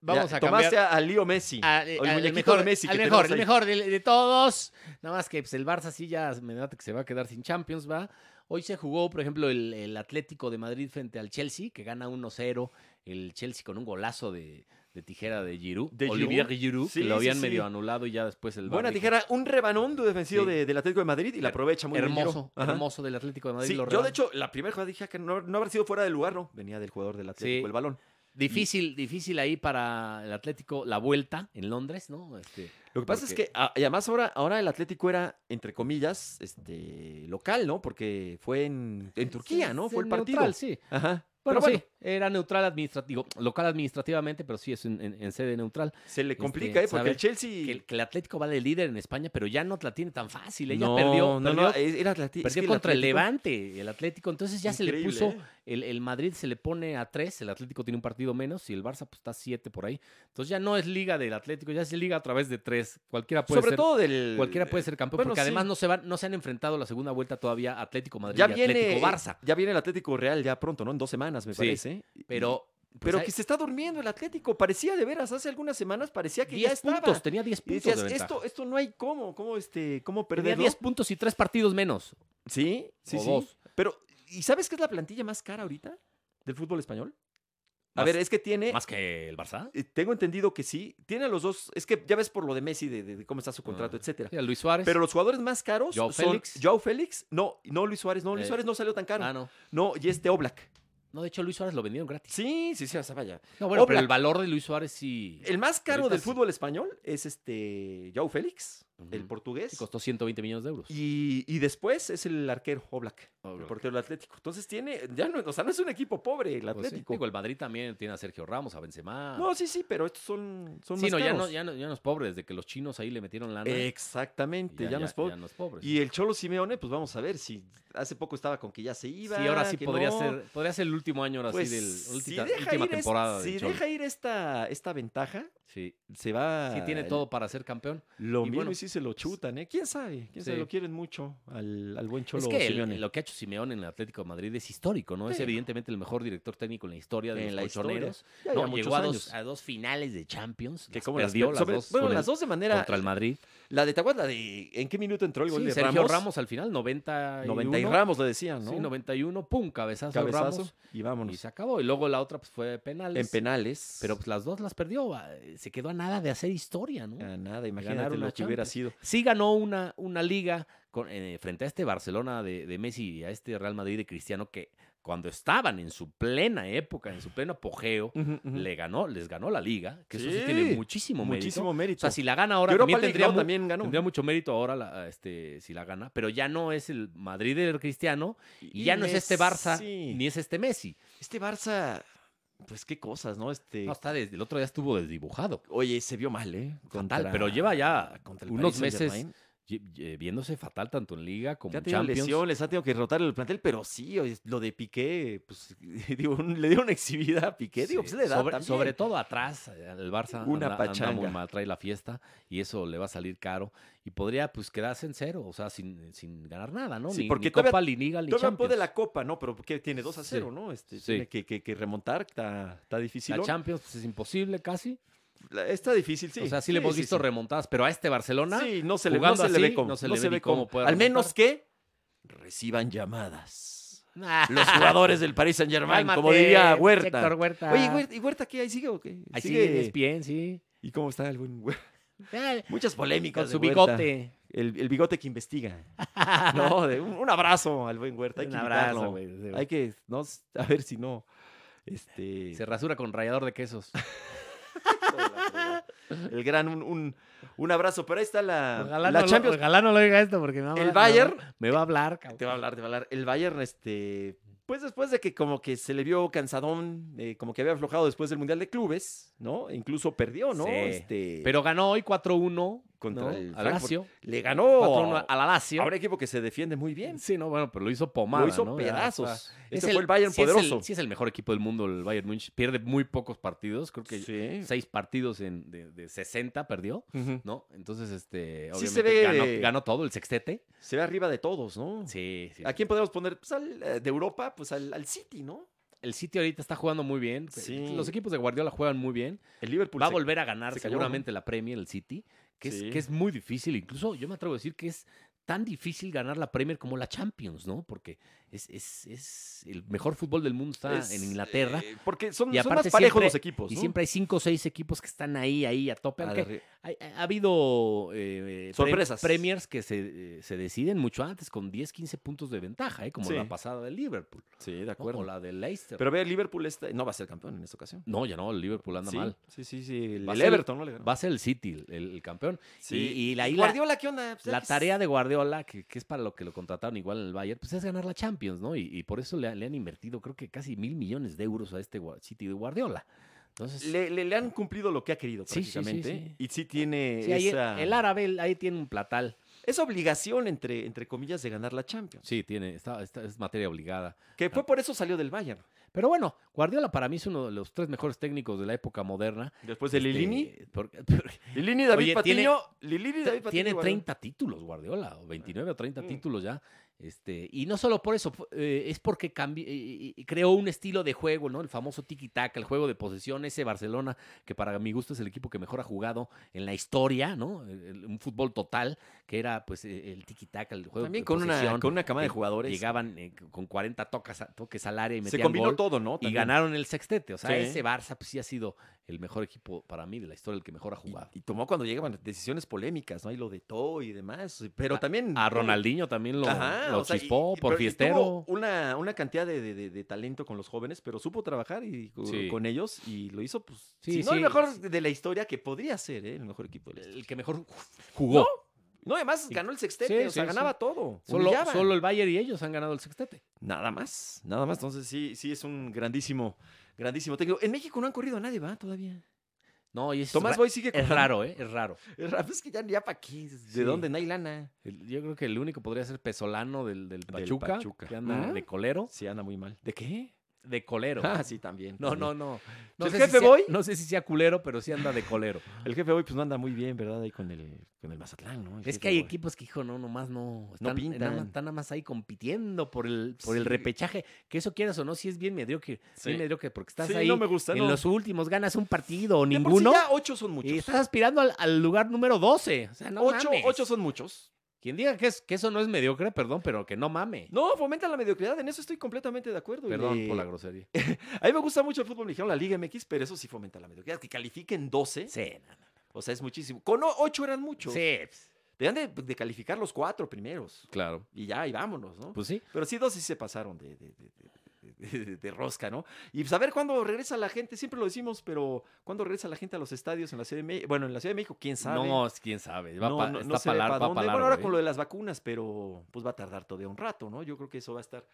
Speaker 2: vamos
Speaker 1: ya,
Speaker 2: a
Speaker 1: tomaste
Speaker 2: cambiar.
Speaker 1: a, Lío Messi,
Speaker 2: a- eh,
Speaker 1: o el
Speaker 2: Ah, al
Speaker 1: muñequito
Speaker 2: mejor,
Speaker 1: de Messi.
Speaker 2: al
Speaker 1: que tenemos
Speaker 2: mejor, el
Speaker 1: ahí.
Speaker 2: mejor de, de todos. Nada más que pues, el Barça sí ya me da que se va a quedar sin Champions, va. Hoy se jugó, por ejemplo, el, el Atlético de Madrid frente al Chelsea, que gana 1-0. El Chelsea con un golazo de, de tijera de Giroud.
Speaker 1: ¿De
Speaker 2: Olivier
Speaker 1: Giroud?
Speaker 2: Giroud,
Speaker 1: Sí,
Speaker 2: que lo
Speaker 1: sí,
Speaker 2: habían
Speaker 1: sí.
Speaker 2: medio anulado y ya después el VAR
Speaker 1: Buena
Speaker 2: dijo,
Speaker 1: tijera, un rebanón de defensivo
Speaker 2: Sí.
Speaker 1: de- del Atlético de Madrid y la
Speaker 2: Her-
Speaker 1: aprovecha muy bien. Giroud.
Speaker 2: Hermoso,
Speaker 1: Ajá.
Speaker 2: hermoso del Atlético de Madrid.
Speaker 1: Sí,
Speaker 2: lo
Speaker 1: yo
Speaker 2: rebanó.
Speaker 1: de hecho, la primera jugada dije "Ah, que no, no habrá sido fuera de lugar, ¿no? Venía del jugador del Atlético
Speaker 2: Sí.
Speaker 1: el balón.
Speaker 2: Difícil, difícil ahí para el Atlético la vuelta en Londres, ¿no? Este,
Speaker 1: Lo que pasa
Speaker 2: Porque-
Speaker 1: es que, ah, y además ahora, ahora el Atlético era, entre comillas, este, local, ¿no? Porque fue en, en Turquía, ¿no?
Speaker 2: es
Speaker 1: Fue el partido.
Speaker 2: neutral, sí.
Speaker 1: Ajá.
Speaker 2: Bueno,
Speaker 1: Pero bueno,
Speaker 2: sí, era neutral administrativo, local administrativamente, pero sí es en, en- en sede neutral.
Speaker 1: se le
Speaker 2: Este,
Speaker 1: complica, ¿eh? Porque
Speaker 2: saber
Speaker 1: el Chelsea...
Speaker 2: Que el, que el Atlético va de líder en España, pero ya no la tiene tan fácil. Ella
Speaker 1: No,
Speaker 2: perdió,
Speaker 1: no,
Speaker 2: perdió,
Speaker 1: no, es- era Atleti- es
Speaker 2: perdió
Speaker 1: que el
Speaker 2: contra el,
Speaker 1: Atlético-
Speaker 2: Levante, el Atlético. Entonces ya
Speaker 1: Increíble,
Speaker 2: se le
Speaker 1: ¿eh?
Speaker 2: puso, el, el Madrid se le pone a tres, el Atlético tiene un partido menos y el Barça pues está siete por ahí. Entonces ya no es liga del Atlético, ya es liga a través de tres. Cualquiera puede
Speaker 1: Sobre
Speaker 2: ser.
Speaker 1: todo del...
Speaker 2: Cualquiera puede ser campeón,
Speaker 1: bueno,
Speaker 2: porque además
Speaker 1: sí.
Speaker 2: no se van, no se han enfrentado la segunda vuelta todavía Atlético Madrid
Speaker 1: Ya
Speaker 2: y
Speaker 1: viene,
Speaker 2: Atlético Barça.
Speaker 1: ya viene el Atlético Real ya pronto, ¿no? En dos semanas, me
Speaker 2: Sí,
Speaker 1: parece.
Speaker 2: Pero, pues,
Speaker 1: Pero
Speaker 2: hay
Speaker 1: que se está durmiendo el Atlético. Parecía de veras, hace algunas semanas parecía que ya
Speaker 2: 10
Speaker 1: estaba.
Speaker 2: puntos, tenía 10
Speaker 1: Y
Speaker 2: puntos.
Speaker 1: decías,
Speaker 2: de ventaja.
Speaker 1: esto, esto no hay cómo, cómo, este, cómo
Speaker 2: tenía
Speaker 1: perderlo.
Speaker 2: 10 puntos y tres partidos menos.
Speaker 1: Sí, sí,
Speaker 2: o
Speaker 1: sí.
Speaker 2: dos.
Speaker 1: Pero, ¿y sabes qué es la plantilla más cara ahorita del fútbol español? A
Speaker 2: Más-
Speaker 1: ver, es que tiene.
Speaker 2: Más que el Barça.
Speaker 1: eh, Tengo entendido que sí. Tiene a los dos. Es que ya ves por lo de Messi, de, de- de cómo está su contrato,
Speaker 2: Ah.
Speaker 1: etcétera.
Speaker 2: Sí, a Luis Suárez.
Speaker 1: Pero los jugadores más caros
Speaker 2: Joao
Speaker 1: son
Speaker 2: Félix.
Speaker 1: Joao Félix. No, no Luis Suárez. No, Luis
Speaker 2: Eh,
Speaker 1: Suárez no salió tan caro.
Speaker 2: Ah, no.
Speaker 1: No, y este Oblak.
Speaker 2: No, de hecho, Luis Suárez lo vendieron gratis.
Speaker 1: Sí, sí, sí, o sea, vaya.
Speaker 2: No, bueno,
Speaker 1: Oblak.
Speaker 2: pero el valor de Luis Suárez sí.
Speaker 1: El más caro
Speaker 2: Ahorita
Speaker 1: del
Speaker 2: sí.
Speaker 1: fútbol español es este Joao Félix, el
Speaker 2: Ujú.
Speaker 1: portugués.
Speaker 2: sí costó 120 millones de euros.
Speaker 1: Y, y después es el arquero Oblak, el
Speaker 2: Oblak.
Speaker 1: portero del Atlético. Entonces tiene, ya no, o sea, no es un equipo pobre el
Speaker 2: Pues sí.
Speaker 1: Atlético.
Speaker 2: Digo, el Madrid también tiene a Sergio Ramos, a Benzema.
Speaker 1: No, sí, sí, pero estos son, son
Speaker 2: sí,
Speaker 1: más
Speaker 2: no, ya no,
Speaker 1: caros.
Speaker 2: ya, no, ya no es pobre. Desde que los chinos ahí le metieron lana.
Speaker 1: Exactamente, ya, no es pobre.
Speaker 2: Ya no es pobre.
Speaker 1: Y el Cholo Simeone, pues vamos a ver si hace poco estaba con que ya se iba.
Speaker 2: sí, ahora sí
Speaker 1: que
Speaker 2: podría
Speaker 1: no.
Speaker 2: ser, podría ser el último año ahora
Speaker 1: Pues,
Speaker 2: sí
Speaker 1: si
Speaker 2: del última,
Speaker 1: deja
Speaker 2: última
Speaker 1: ir es-
Speaker 2: temporada
Speaker 1: si
Speaker 2: del Cholo.
Speaker 1: deja ir esta, esta ventaja,
Speaker 2: Sí,
Speaker 1: se va.
Speaker 2: sí tiene todo para ser campeón.
Speaker 1: Lo
Speaker 2: Y
Speaker 1: mismo
Speaker 2: bueno, pues,
Speaker 1: y sí se lo chutan, ¿eh? ¿Quién sabe? ¿Quién sabe?
Speaker 2: Sí.
Speaker 1: Lo quieren mucho al, al buen Cholo
Speaker 2: es que el-
Speaker 1: Simeone.
Speaker 2: lo que ha hecho Simeón en el Atlético de Madrid es histórico, ¿no? Es
Speaker 1: Sí.
Speaker 2: evidentemente el mejor director técnico en la historia de
Speaker 1: En
Speaker 2: los
Speaker 1: la historia.
Speaker 2: colchoneros.
Speaker 1: Ya
Speaker 2: No,
Speaker 1: lleva muchos
Speaker 2: llegó a
Speaker 1: años.
Speaker 2: dos, a dos finales de Champions.
Speaker 1: que
Speaker 2: las
Speaker 1: cómo
Speaker 2: perdió
Speaker 1: per-
Speaker 2: las
Speaker 1: sobre-
Speaker 2: dos
Speaker 1: Bueno,
Speaker 2: con el-
Speaker 1: las dos de manera.
Speaker 2: contra el Madrid.
Speaker 1: La de Tahuatl, la de. ¿En qué minuto entró el gol
Speaker 2: Sí,
Speaker 1: de
Speaker 2: Sergio Ramos?
Speaker 1: Ramos?
Speaker 2: al final, 91.
Speaker 1: 90 y Ramos le decían, ¿no?
Speaker 2: Sí, 91, pum, cabezazo, de
Speaker 1: Cabezazo
Speaker 2: Ramos.
Speaker 1: y
Speaker 2: Y
Speaker 1: vámonos.
Speaker 2: se acabó. Y luego la otra pues, fue penales.
Speaker 1: En penales.
Speaker 2: Pero pues, las dos las perdió. Ah, Se quedó a nada de hacer historia, ¿no?
Speaker 1: A nada,
Speaker 2: Ganar
Speaker 1: imagínate
Speaker 2: una
Speaker 1: lo que hubiera sido.
Speaker 2: Champions. Sí ganó una, una liga con- eh, frente a este Barcelona de, de Messi y a este Real Madrid de Cristiano que cuando estaban en su plena época, en su pleno apogeo, le ganó, les ganó la liga, que eso sí tiene
Speaker 1: Sí,
Speaker 2: muchísimo mérito.
Speaker 1: Muchísimo
Speaker 2: O
Speaker 1: mérito.
Speaker 2: sea, si la gana ahora,
Speaker 1: Europa
Speaker 2: también
Speaker 1: League,
Speaker 2: tendría,
Speaker 1: ¿no?
Speaker 2: mu-
Speaker 1: también ganó.
Speaker 2: tendría mucho mérito ahora la- este, si la gana, pero ya no es el Madrid del Cristiano y, ya no es este Barça
Speaker 1: Messi.
Speaker 2: ni es este Messi.
Speaker 1: Este Barça, pues qué cosas, ¿no? Este.
Speaker 2: No, está des- el otro día estuvo desdibujado.
Speaker 1: Oye, se vio mal, ¿eh? Contra-
Speaker 2: pero lleva ya
Speaker 1: contra el
Speaker 2: unos
Speaker 1: Paris Saint-Germain.
Speaker 2: meses Y- y- viéndose fatal tanto en liga como
Speaker 1: Ya ha
Speaker 2: en
Speaker 1: tenido
Speaker 2: Champions.
Speaker 1: lesiones, ha tenido que rotar el plantel, pero sí, oye, lo de Piqué, pues digo, un- le dieron exhibida a Piqué, digo,
Speaker 2: Sí,
Speaker 1: pues le da
Speaker 2: sobre,
Speaker 1: también.
Speaker 2: sobre todo atrás, eh, el Barça
Speaker 1: Una
Speaker 2: Una
Speaker 1: pachanga.
Speaker 2: muy mal, trae la fiesta y eso le va a salir caro y podría pues quedarse en cero, o sea, sin, sin ganar nada, ¿no?
Speaker 1: Sí,
Speaker 2: ni,
Speaker 1: porque
Speaker 2: ni
Speaker 1: todavía-
Speaker 2: Copa, ni Liga, ni
Speaker 1: Todavía puede
Speaker 2: Champions.
Speaker 1: la copa, ¿no? Pero que tiene 2 a
Speaker 2: Sí.
Speaker 1: 0, ¿no? Este,
Speaker 2: Sí.
Speaker 1: Tiene que, que- que remontar, está, está difícil.
Speaker 2: La Champions pues, es imposible casi.
Speaker 1: La- Está difícil, sí.
Speaker 2: o sea, sí, le hemos
Speaker 1: sí,
Speaker 2: visto
Speaker 1: sí.
Speaker 2: remontadas, pero a este Barcelona
Speaker 1: Sí, no se le, no
Speaker 2: jugando
Speaker 1: se le ve
Speaker 2: así,
Speaker 1: cómo.
Speaker 2: no se le ve ni cómo puede
Speaker 1: Al menos
Speaker 2: remontar.
Speaker 1: que reciban llamadas.
Speaker 2: ah,
Speaker 1: Los jugadores del Paris Saint Germain, como
Speaker 2: cálmate,
Speaker 1: diría Huerta.
Speaker 2: Héctor Huerta.
Speaker 1: Oye, Huerta, ¿y Huerta qué? ¿Ahí sigue o qué?
Speaker 2: Ahí
Speaker 1: Sigue-
Speaker 2: sí, es bien, sí.
Speaker 1: ¿Y cómo está el buen Huerta?
Speaker 2: Ah,
Speaker 1: Muchas polémicas. de
Speaker 2: Con su
Speaker 1: Huerta.
Speaker 2: bigote.
Speaker 1: El, el bigote que investiga. no, de un, un abrazo al buen Huerta. Hay
Speaker 2: Un
Speaker 1: que
Speaker 2: abrazo,
Speaker 1: invitarlo.
Speaker 2: güey. sí, güey.
Speaker 1: Hay que, no, s- a ver si no. Este.
Speaker 2: Se rasura con rallador de quesos.
Speaker 1: hijo de la fregada. el gran, un, un, un abrazo. Pero ahí está la,
Speaker 2: Ojalá,
Speaker 1: Ah, la
Speaker 2: no lo,
Speaker 1: Champions.
Speaker 2: ojalá no lo diga esto porque me va a
Speaker 1: El
Speaker 2: hablar-
Speaker 1: Bayern-
Speaker 2: me va a hablar, cabrón.
Speaker 1: Te va a hablar, te va a hablar. El Bayern, este. Pues después de que como que se le vio cansadón, eh, como que había aflojado después del Mundial de Clubes, ¿no? E incluso perdió, ¿no?
Speaker 2: Sí,
Speaker 1: Este,
Speaker 2: Pero ganó hoy 4-1
Speaker 1: Contra
Speaker 2: ¿no?
Speaker 1: el
Speaker 2: al
Speaker 1: Frankfurt.
Speaker 2: Lazio.
Speaker 1: le
Speaker 2: 4-1
Speaker 1: ganó
Speaker 2: al Lazio.
Speaker 1: a un equipo que se defiende muy Oh. bien.
Speaker 2: Sí, no, bueno, pero lo hizo pomada,
Speaker 1: Lo hizo
Speaker 2: ¿no? Ya, o sea,
Speaker 1: pedazos.
Speaker 2: es
Speaker 1: Este fue el Bayern
Speaker 2: sí es el-
Speaker 1: poderoso.
Speaker 2: sí es el mejor equipo del mundo el Bayern Múnich. Pierde muy pocos partidos, creo que
Speaker 1: Sí.
Speaker 2: seis partidos en, de, de 60 perdió,
Speaker 1: Ujú.
Speaker 2: ¿no? Entonces, este,
Speaker 1: Sí
Speaker 2: obviamente
Speaker 1: se ve-
Speaker 2: ganó, ganó todo, el sextete.
Speaker 1: Se ve arriba de todos, ¿no?
Speaker 2: Sí, sí.
Speaker 1: ¿A quién podemos poner? Pues al, eh, de Europa, pues al, al City, ¿no?
Speaker 2: El City ahorita está jugando muy bien.
Speaker 1: Sí.
Speaker 2: Los equipos de Guardiola juegan muy bien.
Speaker 1: El Liverpool.
Speaker 2: Va a
Speaker 1: se-
Speaker 2: volver a ganar
Speaker 1: se cayó,
Speaker 2: seguramente la Premier, el City, que,
Speaker 1: Sí.
Speaker 2: es, que es muy difícil. Incluso yo me atrevo a decir que es tan difícil ganar la Premier como la Champions, ¿no? Porque es, es, es el mejor fútbol del mundo está
Speaker 1: Es,
Speaker 2: en Inglaterra.
Speaker 1: eh, porque son,
Speaker 2: Y
Speaker 1: son
Speaker 2: aparte
Speaker 1: más parejos
Speaker 2: siempre-
Speaker 1: los equipos.
Speaker 2: Y
Speaker 1: ¿no?
Speaker 2: siempre hay cinco o seis equipos que están ahí, ahí a tope.
Speaker 1: Al
Speaker 2: aunque
Speaker 1: re-
Speaker 2: hay- ha, ha habido eh, eh, pre-
Speaker 1: Sorpresas.
Speaker 2: premiers que se, eh, se deciden mucho antes con 10, 15 puntos de ventaja, ¿eh? como
Speaker 1: Sí.
Speaker 2: la pasada del Liverpool
Speaker 1: Sí, de
Speaker 2: ¿no? o
Speaker 1: acuerdo.
Speaker 2: la del Leicester.
Speaker 1: Pero ve, el Liverpool está- no va a ser campeón en esta ocasión.
Speaker 2: no, ya no, el Liverpool anda
Speaker 1: sí,
Speaker 2: mal.
Speaker 1: sí, sí, sí. El,
Speaker 2: Va a
Speaker 1: el
Speaker 2: ser-
Speaker 1: Everton no le ganó.
Speaker 2: Va a ser el City el, el campeón.
Speaker 1: Sí.
Speaker 2: y- y la- y la-
Speaker 1: Guardiola, ¿qué onda? Pues,
Speaker 2: La
Speaker 1: hay que-
Speaker 2: tarea de Guardiola, que, que es para lo que lo contrataron igual en el Bayern, pues es ganar la Champions, ¿no? Y, y por eso le, ha- le han invertido creo que casi mil millones de euros a este Gua- City de Guardiola. Entonces,
Speaker 1: Le, le- le han cumplido lo que ha querido
Speaker 2: Sí, sí, sí,
Speaker 1: prácticamente.
Speaker 2: sí.
Speaker 1: Y sí tiene
Speaker 2: sí, ahí el,
Speaker 1: esa,
Speaker 2: el árabe el- ahí tiene un platal.
Speaker 1: esa obligación, entre, entre comillas, de ganar la Champions.
Speaker 2: Sí, tiene, está, está- es materia obligada.
Speaker 1: Que fue por eso salió del Bayern.
Speaker 2: Pero bueno, Guardiola para mí es uno de los tres mejores técnicos de la época moderna.
Speaker 1: Después de
Speaker 2: Este,
Speaker 1: Lilini.
Speaker 2: porque- porque
Speaker 1: Lilini, David
Speaker 2: Oye, tiene-
Speaker 1: Patiño. Lilini, David Patiño.
Speaker 2: tiene
Speaker 1: Guardiola.
Speaker 2: 30 títulos Guardiola, o 29 o 30
Speaker 1: Mm.
Speaker 2: títulos ya. Este, y no solo por eso, fu- eh, es porque cambi- eh, eh, creó un estilo de juego, ¿no? El famoso tiki-taka, el juego de posesión, ese Barcelona, que para mi gusto es el equipo que mejor ha jugado en la historia, ¿no? Eh, El- el- un fútbol total, que era pues eh, el tiki-taka, el juego
Speaker 1: También
Speaker 2: de
Speaker 1: con
Speaker 2: posesión.
Speaker 1: una, con una cama de
Speaker 2: Eh,
Speaker 1: jugadores.
Speaker 2: Llegaban eh, con 40 tocas, a- toques al área y
Speaker 1: Se
Speaker 2: metían
Speaker 1: combinó
Speaker 2: gol.
Speaker 1: todo, ¿no?
Speaker 2: Y
Speaker 1: También.
Speaker 2: ganaron el sextete. O sea,
Speaker 1: Sí.
Speaker 2: ese Barça pues sí ha sido el mejor equipo para mí de la historia, el que mejor ha
Speaker 1: Y,
Speaker 2: jugado.
Speaker 1: y tomó cuando llegaban decisiones polémicas, ¿no? Y lo de todo y demás. Pero también.
Speaker 2: A Ronaldinho también lo,
Speaker 1: Ajá,
Speaker 2: lo
Speaker 1: o sea, y-
Speaker 2: chispó
Speaker 1: y-
Speaker 2: por
Speaker 1: pero- y tuvo
Speaker 2: fiestero.
Speaker 1: Una, una cantidad de, de- de- de talento con los jóvenes, pero supo trabajar y, co-
Speaker 2: Sí.
Speaker 1: con ellos y lo hizo, pues,
Speaker 2: Sí,
Speaker 1: si no el
Speaker 2: sí,
Speaker 1: mejor
Speaker 2: sí.
Speaker 1: de la historia, que podría ser ¿eh? el mejor equipo de la historia.
Speaker 2: El que mejor jugó.
Speaker 1: No, además
Speaker 2: Y-
Speaker 1: ganó el sextete,
Speaker 2: sí,
Speaker 1: o sea,
Speaker 2: sí,
Speaker 1: ganaba todo.
Speaker 2: solo,
Speaker 1: humillaba.
Speaker 2: solo el Bayern y ellos han ganado el sextete.
Speaker 1: Nada más, nada más. Entonces, sí, sí es un grandísimo, grandísimo técnico. En México no han corrido a nadie, ¿va? Todavía.
Speaker 2: No, y es,
Speaker 1: Tomás
Speaker 2: ra-
Speaker 1: Boy sigue
Speaker 2: es
Speaker 1: corriendo.
Speaker 2: raro, ¿eh? Es raro.
Speaker 1: Es raro, es que ya, ya para qué, de
Speaker 2: Sí.
Speaker 1: dónde, no hay lana.
Speaker 2: El- Yo creo que el único podría ser Pesolano del, del, Pachuca,
Speaker 1: Pachuca.
Speaker 2: que anda
Speaker 1: ¿Ah?
Speaker 2: de colero.
Speaker 1: Sí, anda muy mal. ¿De qué?
Speaker 2: De colero.
Speaker 1: Ah, sí, también.
Speaker 2: No,
Speaker 1: también.
Speaker 2: no, no. no
Speaker 1: ¿El
Speaker 2: sé
Speaker 1: jefe
Speaker 2: si sea-
Speaker 1: Boy?
Speaker 2: No sé si sea culero, pero sí anda de colero.
Speaker 1: El jefe hoy pues no anda muy bien, ¿verdad? Ahí con el, con el Mazatlán, ¿no? El
Speaker 2: es
Speaker 1: jefe
Speaker 2: que hay
Speaker 1: hoy.
Speaker 2: equipos que, hijo, no, nomás no. Están, eh,
Speaker 1: pintan.
Speaker 2: nada más- están nada más ahí compitiendo por el, por el
Speaker 1: Sí.
Speaker 2: repechaje. Que eso quieras o no, si es bien mediocre.
Speaker 1: Sí.
Speaker 2: Bien mediocre, porque estás
Speaker 1: Sí,
Speaker 2: ahí.
Speaker 1: no me gusta,
Speaker 2: en
Speaker 1: no.
Speaker 2: los últimos ganas un partido o
Speaker 1: De por
Speaker 2: ninguno.
Speaker 1: Sí ya ocho son muchos.
Speaker 2: y estás aspirando al, al lugar número 12. O sea, no
Speaker 1: ocho,
Speaker 2: mames.
Speaker 1: ocho son muchos.
Speaker 2: Quien diga que, es, que eso no es mediocre, perdón, pero que no mame.
Speaker 1: No, fomenta la mediocridad, en eso estoy completamente de acuerdo. y
Speaker 2: perdón
Speaker 1: le-
Speaker 2: por la grosería.
Speaker 1: A mí me gusta mucho el fútbol mexicano, la Liga MX, pero eso sí fomenta la mediocridad. Que califiquen 12,
Speaker 2: Sí, no, no.
Speaker 1: o sea, es muchísimo. Con o- ocho eran muchos.
Speaker 2: Sí, pues,
Speaker 1: Deberían de, de calificar los cuatro primeros.
Speaker 2: claro.
Speaker 1: Y ya, y vámonos, ¿no?
Speaker 2: Pues sí.
Speaker 1: Pero sí, dos sí se pasaron de, de- de- de- de- de- de rosca, ¿no? Y pues a ver cuándo regresa la gente, siempre lo decimos, pero ¿cuándo regresa la gente a los estadios en la Ciudad de México? Bueno, en la Ciudad de México, quién sabe.
Speaker 2: No, es- quién sabe. Va
Speaker 1: no,
Speaker 2: pa-
Speaker 1: no- no
Speaker 2: está
Speaker 1: se ve
Speaker 2: palar-
Speaker 1: pa'
Speaker 2: va
Speaker 1: dónde.
Speaker 2: palar,
Speaker 1: Bueno, ahora
Speaker 2: ¿eh?
Speaker 1: con lo de las vacunas, pero pues va a tardar todavía un rato, ¿no? Yo creo que eso va a estar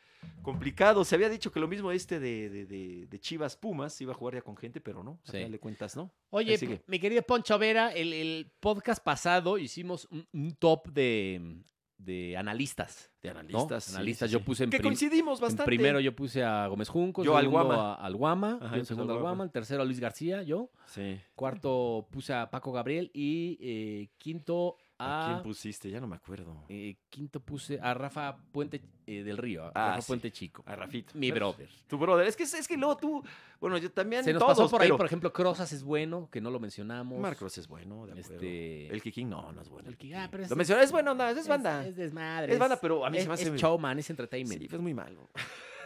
Speaker 1: complicado. Se había dicho que lo mismo este de, de- de- de Chivas Pumas iba a jugar ya con gente, pero no. Al
Speaker 2: Sí.
Speaker 1: final de cuentas, ¿no?
Speaker 2: Oye,
Speaker 1: Ahí sigue.
Speaker 2: mi querido Poncho Vera, el, el podcast pasado hicimos un, un top de, de analistas.
Speaker 1: De
Speaker 2: ¿no?
Speaker 1: analistas. sí,
Speaker 2: analistas.
Speaker 1: sí,
Speaker 2: Yo
Speaker 1: sí.
Speaker 2: puse en,
Speaker 1: Que
Speaker 2: prim-
Speaker 1: coincidimos
Speaker 2: en
Speaker 1: bastante.
Speaker 2: primero yo puse a Gómez Junco, en
Speaker 1: Yo al
Speaker 2: segundo
Speaker 1: Guama.
Speaker 2: a- al Guama,
Speaker 1: Ajá,
Speaker 2: yo
Speaker 1: yo
Speaker 2: en
Speaker 1: puse
Speaker 2: segundo
Speaker 1: al
Speaker 2: al
Speaker 1: Guama. pues.
Speaker 2: Guama, en tercero a Luis García, yo.
Speaker 1: Sí.
Speaker 2: Cuarto puse a Paco Gabriel y eh, quinto
Speaker 1: ¿A
Speaker 2: a.
Speaker 1: quién pusiste? Ya no me acuerdo.
Speaker 2: eh, quinto puse a Rafa Puente eh, del Río, a
Speaker 1: Ah,
Speaker 2: Rafa
Speaker 1: sí.
Speaker 2: Puente Chico.
Speaker 1: A Rafita.
Speaker 2: Mi
Speaker 1: Pero-
Speaker 2: brother.
Speaker 1: Tu brother. Es que, es que luego tú. Bueno, yo también.
Speaker 2: Se nos
Speaker 1: todos,
Speaker 2: pasó por ahí,
Speaker 1: pero
Speaker 2: por ejemplo, Crozas es bueno, que no lo mencionamos.
Speaker 1: Marcos es bueno, de acuerdo.
Speaker 2: Este-
Speaker 1: El Kikín, no, no es bueno.
Speaker 2: El
Speaker 1: El
Speaker 2: Kikín, ah, pero
Speaker 1: Kikín.
Speaker 2: es-
Speaker 1: Lo mencioné, es bueno, no, es banda.
Speaker 2: Es,
Speaker 1: Es,
Speaker 2: desmadre.
Speaker 1: banda, pero a mí
Speaker 2: es,
Speaker 1: se me hace.
Speaker 2: es showman, es entertainment.
Speaker 1: sí, pues muy malo.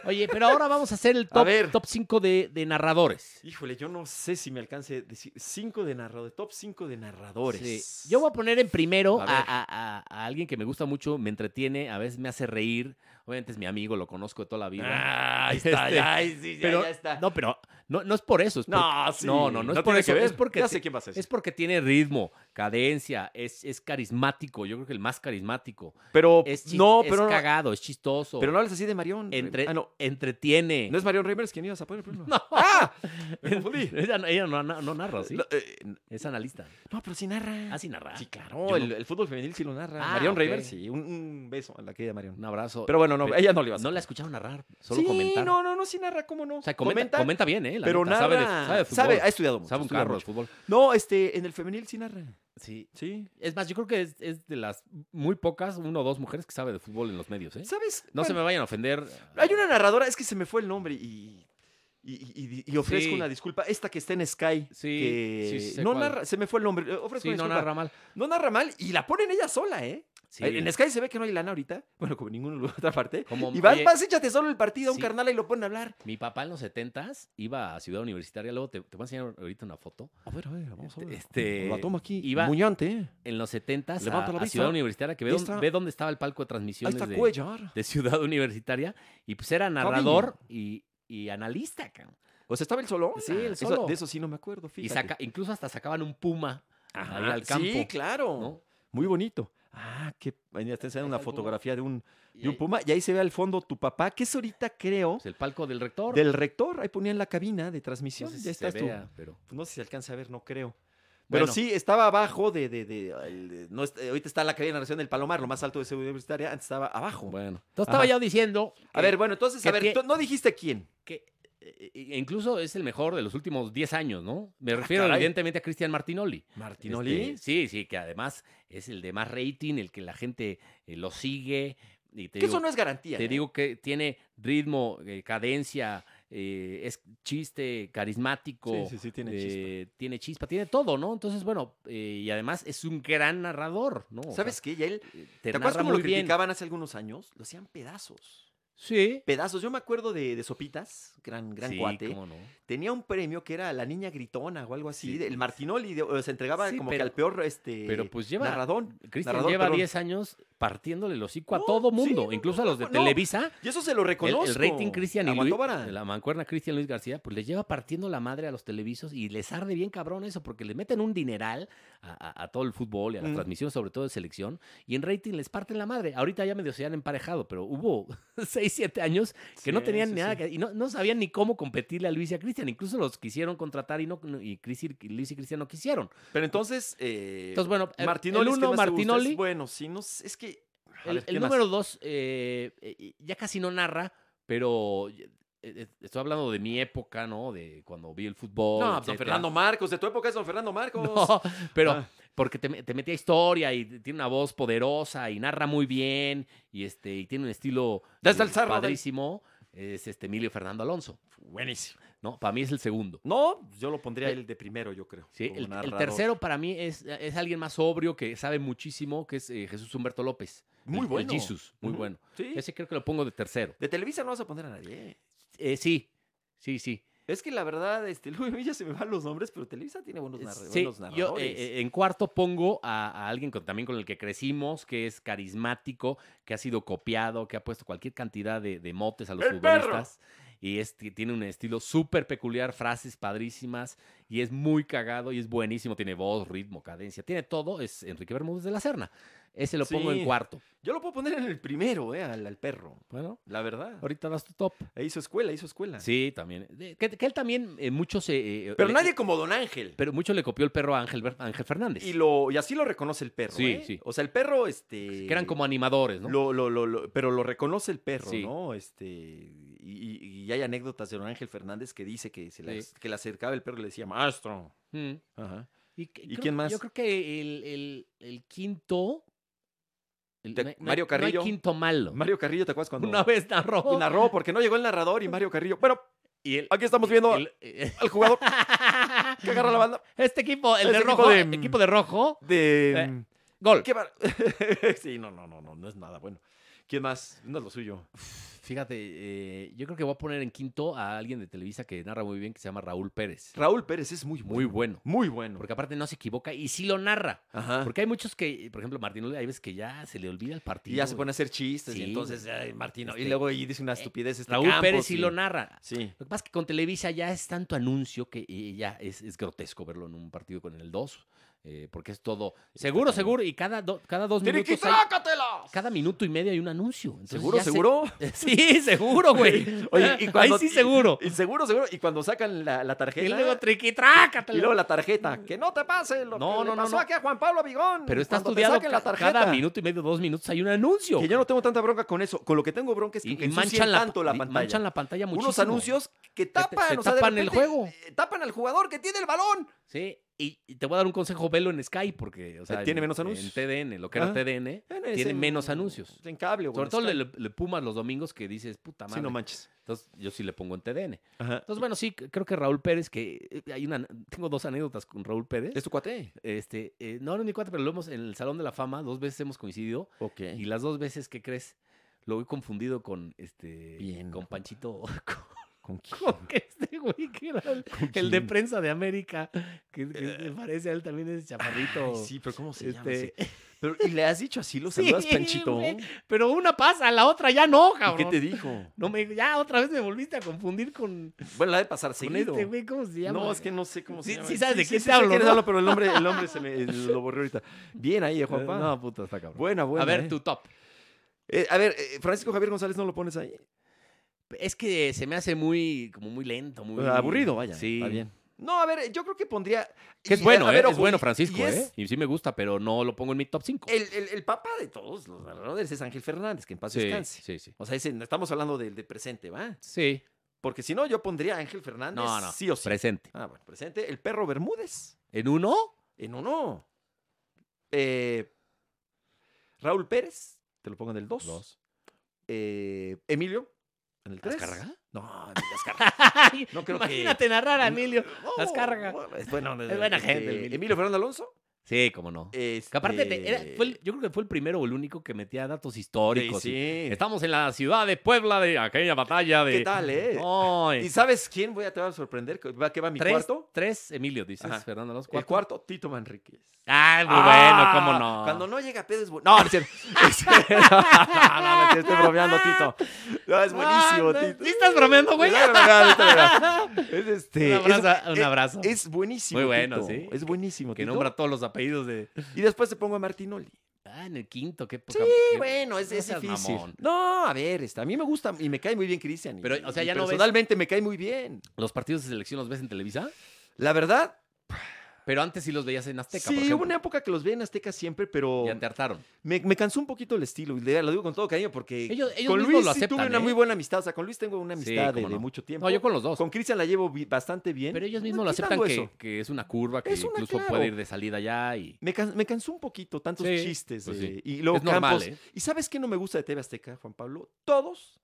Speaker 2: Oye, pero ahora vamos a hacer el top,
Speaker 1: ver.
Speaker 2: top 5 de, de narradores.
Speaker 1: Híjole, yo no sé si me alcance decir cinco de narradores, top 5 de narradores.
Speaker 2: Sí. Yo voy a poner en primero
Speaker 1: A
Speaker 2: a,
Speaker 1: ver.
Speaker 2: a- a- a alguien que me gusta mucho, me entretiene, a veces me hace reír. Obviamente es mi amigo, lo conozco de toda la vida.
Speaker 1: Ah, ahí está,
Speaker 2: ¿eh? Este,
Speaker 1: ya, ay, sí, ya,
Speaker 2: pero,
Speaker 1: ya está.
Speaker 2: No, pero no, no es por eso. Es porque-
Speaker 1: Ah. no, pues sí,
Speaker 2: no, no, no es por
Speaker 1: tiene
Speaker 2: eso,
Speaker 1: que ver.
Speaker 2: es porque
Speaker 1: ya
Speaker 2: te-
Speaker 1: sé quién vas a decir.
Speaker 2: Es porque tiene ritmo, cadencia, es, es carismático. Yo creo que el más carismático.
Speaker 1: pero
Speaker 2: Es, chis-
Speaker 1: no,
Speaker 2: es
Speaker 1: pero no,
Speaker 2: cagado, es chistoso.
Speaker 1: pero no hables así de Marión.
Speaker 2: entre- eh,
Speaker 1: Ah, no,
Speaker 2: entretiene.
Speaker 1: no es Marión Reimers quien ibas a poner primero. No. Ah, me confundí.
Speaker 2: ella no- ella no, no- no narra, ¿sí?
Speaker 1: No, eh,
Speaker 2: Es analista.
Speaker 1: no, pero sí narra.
Speaker 2: Ah, sí narra.
Speaker 1: Sí,
Speaker 2: Yo
Speaker 1: claro,
Speaker 2: no-
Speaker 1: el, el fútbol femenil sí lo narra.
Speaker 2: Ah,
Speaker 1: Marion
Speaker 2: ok.
Speaker 1: Reimers, sí. Un, un beso a la querida Marion.
Speaker 2: Un abrazo.
Speaker 1: pero bueno, no,
Speaker 2: pero-
Speaker 1: ella no le va a
Speaker 2: no la he escuchado narrar, solo comentar.
Speaker 1: no, no, no, sí narra, ¿cómo no?
Speaker 2: O sea, comenta, comenta, bien, ¿eh? La
Speaker 1: pero
Speaker 2: neta,
Speaker 1: narra.
Speaker 2: Sabe, de- sabe de fútbol.
Speaker 1: sabe, ha estudiado mucho.
Speaker 2: Sabe un
Speaker 1: estudia
Speaker 2: carro de
Speaker 1: mucho.
Speaker 2: fútbol.
Speaker 1: No, este, en el femenil sí narra.
Speaker 2: Sí.
Speaker 1: Sí.
Speaker 2: Es más, yo creo que es, es de las muy pocas, uno o dos mujeres que sabe de fútbol en los medios, ¿eh?
Speaker 1: ¿Sabes?
Speaker 2: No se me
Speaker 1: Bueno,
Speaker 2: vayan a ofender.
Speaker 1: Hay una narradora, es que se me fue el nombre y... Y, y- y- y ofrezco
Speaker 2: Sí.
Speaker 1: una disculpa. Esta que está en Sky.
Speaker 2: Sí,
Speaker 1: que
Speaker 2: sí, sí sé
Speaker 1: no
Speaker 2: cuál.
Speaker 1: narra. Se me fue el nombre. eh, Ofrezco
Speaker 2: Sí,
Speaker 1: una
Speaker 2: no
Speaker 1: disculpa.
Speaker 2: narra mal.
Speaker 1: No narra mal y la ponen ella sola, ¿eh?
Speaker 2: Sí.
Speaker 1: En Sky se ve que no hay lana ahorita, bueno, como en ninguna otra parte.
Speaker 2: Como,
Speaker 1: Y vas,
Speaker 2: oye,
Speaker 1: vas, échate solo el partido a un
Speaker 2: sí.
Speaker 1: carnal y lo ponen a hablar.
Speaker 2: Mi papá en los 70s iba a Ciudad Universitaria, luego te, te voy a enseñar ahorita una foto.
Speaker 1: A ver, a ver,
Speaker 2: vamos a ver. Este,
Speaker 1: la tomo aquí.
Speaker 2: iba-
Speaker 1: Muñante, ¿eh?
Speaker 2: En los 70s
Speaker 1: Levanta la
Speaker 2: a, a
Speaker 1: vista.
Speaker 2: Ciudad Universitaria, que ve,
Speaker 1: Ahí
Speaker 2: dónde-
Speaker 1: está.
Speaker 2: ve dónde estaba el palco de
Speaker 1: Ahí
Speaker 2: transmisiones
Speaker 1: está
Speaker 2: de,
Speaker 1: Cuellar.
Speaker 2: de Ciudad Universitaria, y pues era narrador y, y analista, cabrón.
Speaker 1: O sea, estaba el solo.
Speaker 2: Sí, el
Speaker 1: Eso-
Speaker 2: solo.
Speaker 1: de eso sí no me acuerdo, fíjate.
Speaker 2: Y saca, incluso hasta sacaban un puma
Speaker 1: Ajá,
Speaker 2: ahí al campo.
Speaker 1: Sí, claro.
Speaker 2: ¿no?
Speaker 1: Muy bonito. Ah, que ahí está enseñando una
Speaker 2: Ahí está el puma.
Speaker 1: fotografía de un,
Speaker 2: Y
Speaker 1: de un
Speaker 2: ahí,
Speaker 1: puma y ahí se ve al fondo tu papá, que es ahorita, creo,
Speaker 2: pues, el palco del rector.
Speaker 1: del rector. Ahí ponían la cabina de transmisión.
Speaker 2: No sé
Speaker 1: ya
Speaker 2: si se
Speaker 1: estás tú.
Speaker 2: vea, pero-
Speaker 1: Pues no sé si se alcanza a ver, no creo. Pero
Speaker 2: Bueno.
Speaker 1: sí, estaba abajo de... de, de- el- de- no, est- ahorita está la cabina de narración del Palomar, lo más alto de Ciudad Universitaria. Antes estaba abajo.
Speaker 2: Bueno, entonces estaba
Speaker 1: Ajá.
Speaker 2: yo diciendo.
Speaker 1: a ver, bueno, entonces, a
Speaker 2: que
Speaker 1: ver,
Speaker 2: tie-
Speaker 1: tú no dijiste quién.
Speaker 2: que eh, eh, incluso es el mejor de los últimos 10 años, ¿no? Me refiero
Speaker 1: caray.
Speaker 2: evidentemente a Cristian Martinoli.
Speaker 1: Martinoli.
Speaker 2: Ah, Este, sí, sí, que además es el de más rating, el que la gente eh, lo sigue. Y te
Speaker 1: que
Speaker 2: digo,
Speaker 1: eso no es garantía.
Speaker 2: te
Speaker 1: ¿eh?
Speaker 2: digo que tiene ritmo, eh, cadencia, eh, es chiste carismático.
Speaker 1: Sí, sí, sí, tiene
Speaker 2: eh,
Speaker 1: chispa.
Speaker 2: tiene chispa, tiene todo, ¿no? Entonces, bueno, eh, y además es un gran narrador, ¿no? O sea,
Speaker 1: ¿Sabes qué? Ya él,
Speaker 2: eh,
Speaker 1: ¿Te,
Speaker 2: te,
Speaker 1: acuerdas
Speaker 2: narra
Speaker 1: cómo
Speaker 2: muy
Speaker 1: lo
Speaker 2: bien.
Speaker 1: criticaban hace algunos años? Lo hacían pedazos.
Speaker 2: Sí.
Speaker 1: Pedazos. Yo me acuerdo de, de Sopitas, gran, gran
Speaker 2: Sí,
Speaker 1: cuate.
Speaker 2: cómo no.
Speaker 1: Tenía un premio que era la niña gritona o algo así.
Speaker 2: Sí.
Speaker 1: de- El Martinoli de- o se entregaba
Speaker 2: Sí,
Speaker 1: como
Speaker 2: pero-
Speaker 1: que al peor este,
Speaker 2: pero pues lleva-
Speaker 1: narradón.
Speaker 2: Cristian
Speaker 1: Narrador,
Speaker 2: lleva
Speaker 1: perdón.
Speaker 2: 10 años partiéndole el hocico a
Speaker 1: No,
Speaker 2: todo
Speaker 1: sí,
Speaker 2: mundo,
Speaker 1: no,
Speaker 2: incluso a los de
Speaker 1: no, no.
Speaker 2: Televisa.
Speaker 1: Y eso se lo
Speaker 2: El,
Speaker 1: reconozco.
Speaker 2: el rating Cristian y Luis,
Speaker 1: Aguantó vara.
Speaker 2: la mancuerna Cristian Luis García, pues les lleva partiendo la madre a los televisos y les arde bien cabrón eso, porque les meten un dineral a, a- a todo el fútbol y a las
Speaker 1: Mm.
Speaker 2: transmisiones, sobre todo de selección, y en rating les parten la madre. Ahorita ya medio se han emparejado, pero hubo 6, 7 años que no
Speaker 1: Sí,
Speaker 2: tenían
Speaker 1: sí,
Speaker 2: nada
Speaker 1: sí.
Speaker 2: que- y no, no sabían ni cómo competirle a Luis y a Cristian, incluso los quisieron contratar y, no, y Cris y- Luis y Cristian no quisieron.
Speaker 1: Pero entonces, eh,
Speaker 2: Entonces, bueno, el-
Speaker 1: Martinoli
Speaker 2: el
Speaker 1: es que
Speaker 2: uno,
Speaker 1: más te gusta. Es
Speaker 2: Martinoli.
Speaker 1: Bueno, sí, no sé, es que... a ver,
Speaker 2: El, el
Speaker 1: ¿quién más?
Speaker 2: número dos, eh, eh, ya casi no narra, pero eh, eh, estoy hablando de mi época, ¿no? De cuando vi el fútbol.
Speaker 1: No, don
Speaker 2: etcétera.
Speaker 1: Fernando Marcos. De tu época es don Fernando Marcos.
Speaker 2: No, pero
Speaker 1: Ah.
Speaker 2: porque te, me- te metía historia y tiene una voz poderosa y narra muy bien y este y tiene un estilo eh,
Speaker 1: Desde el cerro del-
Speaker 2: padrísimo. Es este Emilio Fernando Alonso,
Speaker 1: Buenísimo.
Speaker 2: ¿no? Para mí es el segundo.
Speaker 1: No, yo lo pondría
Speaker 2: El-
Speaker 1: el de primero, yo creo.
Speaker 2: Sí,
Speaker 1: como
Speaker 2: el, el
Speaker 1: narrador.
Speaker 2: tercero para mí es, es alguien más sobrio que sabe muchísimo, que es eh, Jesús Humberto López. El-
Speaker 1: Muy
Speaker 2: el
Speaker 1: bueno.
Speaker 2: Jesus, muy
Speaker 1: Ujú.
Speaker 2: bueno.
Speaker 1: Sí.
Speaker 2: Ese creo que lo pongo de tercero.
Speaker 1: De Televisa no vas a poner a nadie.
Speaker 2: Eh, sí, sí, sí.
Speaker 1: Es que la verdad, este, luego a mí ya se me van los nombres, pero Televisa tiene buenos, narra-
Speaker 2: Sí,
Speaker 1: buenos narradores.
Speaker 2: yo eh, eh, en cuarto pongo a, a alguien con- también con el que crecimos, que es carismático, que ha sido copiado, que ha puesto cualquier cantidad de, de motes a los
Speaker 1: ¡El perro!
Speaker 2: futbolistas. Y es, que tiene un estilo súper peculiar, frases padrísimas, y es muy cagado, y es buenísimo, tiene voz, ritmo, cadencia, tiene todo, es Enrique Bermúdez de la Serna. Ese lo pongo en
Speaker 1: Sí.
Speaker 2: cuarto.
Speaker 1: Yo lo puedo poner en el primero, eh, al, al perro.
Speaker 2: Bueno,
Speaker 1: La verdad.
Speaker 2: ahorita das tu top.
Speaker 1: E hizo escuela, hizo escuela.
Speaker 2: Sí, también. De- Que, que él también, eh, mucho se... eh,
Speaker 1: Pero
Speaker 2: le-
Speaker 1: nadie como Don Ángel.
Speaker 2: Pero mucho le copió el perro a Ángel, Ber- Ángel Fernández.
Speaker 1: y, lo, y así lo reconoce el perro.
Speaker 2: Sí,
Speaker 1: ¿eh?
Speaker 2: sí.
Speaker 1: O sea, el perro, este.
Speaker 2: que eran como animadores, ¿no?
Speaker 1: Lo, lo, lo, lo- pero lo reconoce el perro,
Speaker 2: Sí.
Speaker 1: ¿no? Este, y, y- y hay anécdotas de don Ángel Fernández que dice que, se le,
Speaker 2: Sí.
Speaker 1: que le acercaba el perro y le decía, maestro.
Speaker 2: Mm.
Speaker 1: Ajá.
Speaker 2: ¿Y, que-
Speaker 1: ¿Y
Speaker 2: creo-
Speaker 1: quién más?
Speaker 2: Yo creo que el, el- el quinto. el-
Speaker 1: Te-
Speaker 2: no hay- no hay-
Speaker 1: Mario
Speaker 2: No
Speaker 1: Carrillo.
Speaker 2: hay quinto malo.
Speaker 1: Mario Carrillo, ¿te acuerdas cuando
Speaker 2: Una vez narró.
Speaker 1: y narró porque no llegó el narrador y Mario Carrillo? Bueno,
Speaker 2: Y el-
Speaker 1: aquí estamos viendo
Speaker 2: el- eh,
Speaker 1: al jugador que agarra la banda
Speaker 2: este equipo, el de
Speaker 1: Este equipo
Speaker 2: rojo.
Speaker 1: de-
Speaker 2: equipo de rojo. Eh.
Speaker 1: de... mm,
Speaker 2: Gol.
Speaker 1: ¿Qué va- sí, no, no, no, no, no es nada bueno. ¿Quién más? No es lo suyo.
Speaker 2: Fíjate, eh, yo creo que voy a poner en quinto a alguien de Televisa que narra muy bien, que se llama Raúl Pérez.
Speaker 1: Raúl Pérez es muy
Speaker 2: Muy
Speaker 1: bueno.
Speaker 2: bueno.
Speaker 1: Muy bueno.
Speaker 2: Porque aparte no se equivoca y sí lo narra.
Speaker 1: Ajá.
Speaker 2: Porque hay muchos que, por ejemplo, Martín Lula, hay veces que ya se le olvida el partido.
Speaker 1: Y ya se pone a hacer chistes
Speaker 2: Sí.
Speaker 1: y entonces, ay, Martino.
Speaker 2: Este,
Speaker 1: y luego ahí dice una estupidez este
Speaker 2: Raúl
Speaker 1: Campos,
Speaker 2: Pérez sí
Speaker 1: y-
Speaker 2: lo narra.
Speaker 1: Sí.
Speaker 2: Lo que pasa es que con Televisa ya es tanto anuncio que eh, ya es, es grotesco verlo en un partido con el 2, eh, porque es todo seguro,
Speaker 1: cañón.
Speaker 2: seguro, y cada, do- cada dos minutos, hay-
Speaker 1: ¡Tiriquitrácatelas!
Speaker 2: cada minuto y medio hay un anuncio. Entonces
Speaker 1: ¿Seguro,
Speaker 2: ya se-
Speaker 1: seguro?
Speaker 2: Sí, seguro, güey.
Speaker 1: Oye, y cuando-
Speaker 2: Ahí sí, seguro.
Speaker 1: Y seguro, seguro. Y cuando sacan la, la
Speaker 2: Y,
Speaker 1: tarjeta.
Speaker 2: luego triquitrácatela.
Speaker 1: y luego la tarjeta. Que no te pase lo
Speaker 2: No,
Speaker 1: que
Speaker 2: no,
Speaker 1: le
Speaker 2: no,
Speaker 1: pasó
Speaker 2: no.
Speaker 1: aquí a Juan Pablo Vigón.
Speaker 2: Pero está
Speaker 1: Cuando te
Speaker 2: estudiado
Speaker 1: saquen la
Speaker 2: ca-
Speaker 1: tarjeta.
Speaker 2: cada minuto y medio, dos minutos hay un anuncio.
Speaker 1: Que yo no tengo tanta bronca con eso. Con lo que tengo bronca es que
Speaker 2: y, y
Speaker 1: ensucian
Speaker 2: manchan, la,
Speaker 1: tanto la
Speaker 2: y
Speaker 1: pantalla.
Speaker 2: manchan la pantalla muchísimo.
Speaker 1: Unos anuncios que
Speaker 2: te-
Speaker 1: tapan,
Speaker 2: te
Speaker 1: o sea, de
Speaker 2: tapan el
Speaker 1: repente,
Speaker 2: juego.
Speaker 1: eh, Tapan al jugador que tiene el balón.
Speaker 2: Sí, Y y te voy a dar un consejo, velo en Sky, porque, o sea,
Speaker 1: tiene
Speaker 2: en-
Speaker 1: menos Ah. anuncios.
Speaker 2: En TDN, lo que era
Speaker 1: Ajá.
Speaker 2: TDN. Tiene menos anuncios.
Speaker 1: En cable, o
Speaker 2: Sobre
Speaker 1: en
Speaker 2: todo
Speaker 1: Sky.
Speaker 2: le, le Pumas los domingos que dices, puta madre.
Speaker 1: Sí, no manches.
Speaker 2: Entonces yo sí le pongo en TDN.
Speaker 1: Ajá.
Speaker 2: Entonces, bueno, sí, c- creo que Raúl Pérez, que eh, hay una, tengo dos anécdotas con Raúl Pérez.
Speaker 1: ¿Es tu cuate?
Speaker 2: Este, eh, no, no, ni cuatro, pero lo hemos en el Salón de la Fama, dos veces hemos coincidido.
Speaker 1: Ok.
Speaker 2: Y las dos veces, ¿qué crees? Lo he confundido con este.
Speaker 1: Bien.
Speaker 2: Con Panchito.
Speaker 1: ¿Con quién?
Speaker 2: Con, con este güey que era el,
Speaker 1: ¿Con
Speaker 2: el de
Speaker 1: quién?
Speaker 2: prensa de América. Que, que se parece a él también es chaparrito.
Speaker 1: Eh. Ay, sí, pero ¿cómo se llama
Speaker 2: este,
Speaker 1: ese? Pero, ¿Y le has dicho así? ¿Lo
Speaker 2: Sí,
Speaker 1: saludas, Panchito?
Speaker 2: güey.
Speaker 1: ¿Y
Speaker 2: Pero una pasa, la otra ya no, cabrón.
Speaker 1: qué te dijo?
Speaker 2: No me ya otra vez me volviste a confundir con, con
Speaker 1: Bueno, la ha de pasar seguido.
Speaker 2: este güey, ¿cómo se llama?
Speaker 1: No, es que no sé cómo se
Speaker 2: Sí-
Speaker 1: llama.
Speaker 2: sí sabes de quién te
Speaker 1: sé
Speaker 2: hablo,
Speaker 1: quién
Speaker 2: ¿no?
Speaker 1: hablo, pero el nombre, el nombre se me lo borré ahorita. Bien ahí, eh, Juanpa.
Speaker 2: No, puta, está cabrón.
Speaker 1: buena, buena.
Speaker 2: a ver,
Speaker 1: eh.
Speaker 2: tu top.
Speaker 1: Eh, a ver, eh, Francisco Javier González no lo pones ahí.
Speaker 2: Es que se me hace muy, como muy lento, muy
Speaker 1: Pues, Aburrido, vaya.
Speaker 2: Sí.
Speaker 1: Está bien. No, a ver, eh, yo creo que pondría...
Speaker 2: Que es
Speaker 1: y,
Speaker 2: bueno,
Speaker 1: a
Speaker 2: ¿eh?
Speaker 1: ver,
Speaker 2: es
Speaker 1: ojo,
Speaker 2: bueno
Speaker 1: y-
Speaker 2: Francisco,
Speaker 1: y es
Speaker 2: ¿eh? Y sí me gusta, pero no lo pongo en mi top 5.
Speaker 1: El, el, el papá de todos los narradores es Ángel Fernández, que en paz
Speaker 2: Sí,
Speaker 1: descanse.
Speaker 2: sí, sí.
Speaker 1: O sea, ese- estamos hablando del de presente, ¿va?
Speaker 2: Sí.
Speaker 1: Porque si no, yo pondría a Ángel Fernández
Speaker 2: No, no.
Speaker 1: sí o sí.
Speaker 2: Presente.
Speaker 1: ah, bueno, presente. El perro Bermúdez.
Speaker 2: ¿En uno?
Speaker 1: En uno. Eh, Raúl Pérez. Te lo pongo en el 2.
Speaker 2: Dos.
Speaker 1: Emilio. En el 3.
Speaker 2: ¿Azcárraga?
Speaker 1: No, Emilio Azcárraga. No creo que-
Speaker 2: Imagínate narrar a Emilio.
Speaker 1: No,
Speaker 2: Azcárraga.
Speaker 1: Em, oh, Es, bueno,
Speaker 2: Es buena
Speaker 1: este,
Speaker 2: gente, Emilio.
Speaker 1: Emilio Fernando Alonso.
Speaker 2: Sí, cómo no. Que aparte, te- era- fue el- yo creo que fue el primero o el único que metía datos históricos.
Speaker 1: Sí,
Speaker 2: y-
Speaker 1: este, sí.
Speaker 2: Estamos en la ciudad de Puebla de aquella batalla de...
Speaker 1: ¿Qué tal, eh?
Speaker 2: Ay.
Speaker 1: ¿Y sabes quién voy a, te va a sorprender? ¿Qué va, qué va mi
Speaker 2: tres,
Speaker 1: cuarto?
Speaker 2: Tres, Emilio, dices,
Speaker 1: Ajá. Eh,
Speaker 2: Fernando Alonso.
Speaker 1: El cuarto, Tito Manríquez. Ah,
Speaker 2: Ah, muy bueno, cómo no.
Speaker 1: Cuando no llega pedo es bueno. No, no es cierto. Es- no, no, no, te estoy bromeando, Tito. No, es buenísimo,
Speaker 2: Ah, no,
Speaker 1: Tito.
Speaker 2: ¿sí estás bromeando, güey?
Speaker 1: No, no, no, no, no, no. Es este.
Speaker 2: un abrazo.
Speaker 1: es,
Speaker 2: un abrazo.
Speaker 1: es buenísimo.
Speaker 2: Muy bueno,
Speaker 1: Tito.
Speaker 2: sí.
Speaker 1: Es buenísimo,
Speaker 2: que
Speaker 1: Tito.
Speaker 2: nombra todos los apellidos de...
Speaker 1: Y después te pongo a Martinoli.
Speaker 2: Ah, en el quinto, qué poca...
Speaker 1: Sí,
Speaker 2: qué-
Speaker 1: bueno, es,
Speaker 2: no
Speaker 1: es
Speaker 2: seas
Speaker 1: difícil.
Speaker 2: mamón.
Speaker 1: No, a ver, este, a mí me gusta y me cae muy bien Cristian. y-
Speaker 2: Pero, o sea,
Speaker 1: y
Speaker 2: ya no ves-
Speaker 1: Personalmente me cae muy bien.
Speaker 2: ¿Los partidos de selección los ves en Televisa?
Speaker 1: La verdad,
Speaker 2: Pero antes sí los veías en Azteca, por
Speaker 1: sí, hubo
Speaker 2: ejemplo.
Speaker 1: una época que los veía en Azteca siempre, pero
Speaker 2: Ya te hartaron.
Speaker 1: me, me cansó un poquito el estilo. y le- Lo digo con todo cariño porque
Speaker 2: Ellos, ellos
Speaker 1: con
Speaker 2: mismos
Speaker 1: Luis
Speaker 2: lo
Speaker 1: sí
Speaker 2: aceptan,
Speaker 1: tuve una
Speaker 2: ¿eh?
Speaker 1: muy buena amistad. O sea, con Luis tengo una
Speaker 2: Sí,
Speaker 1: amistad de,
Speaker 2: cómo
Speaker 1: de
Speaker 2: no.
Speaker 1: mucho tiempo.
Speaker 2: No, yo con los dos.
Speaker 1: Con Cristian la llevo bi- bastante bien.
Speaker 2: Pero ellos mismos lo aceptan
Speaker 1: Quitando
Speaker 2: que,
Speaker 1: eso.
Speaker 2: que es una curva que
Speaker 1: Es una,
Speaker 2: incluso
Speaker 1: claro.
Speaker 2: puede ir de salida ya y...
Speaker 1: Me, can- me cansó un poquito tantos
Speaker 2: Sí,
Speaker 1: chistes.
Speaker 2: pues
Speaker 1: de-
Speaker 2: sí.
Speaker 1: Y luego
Speaker 2: Es normal,
Speaker 1: Campos.
Speaker 2: ¿eh?
Speaker 1: ¿Y sabes qué no me gusta de TV Azteca, Juan Pablo? Todos,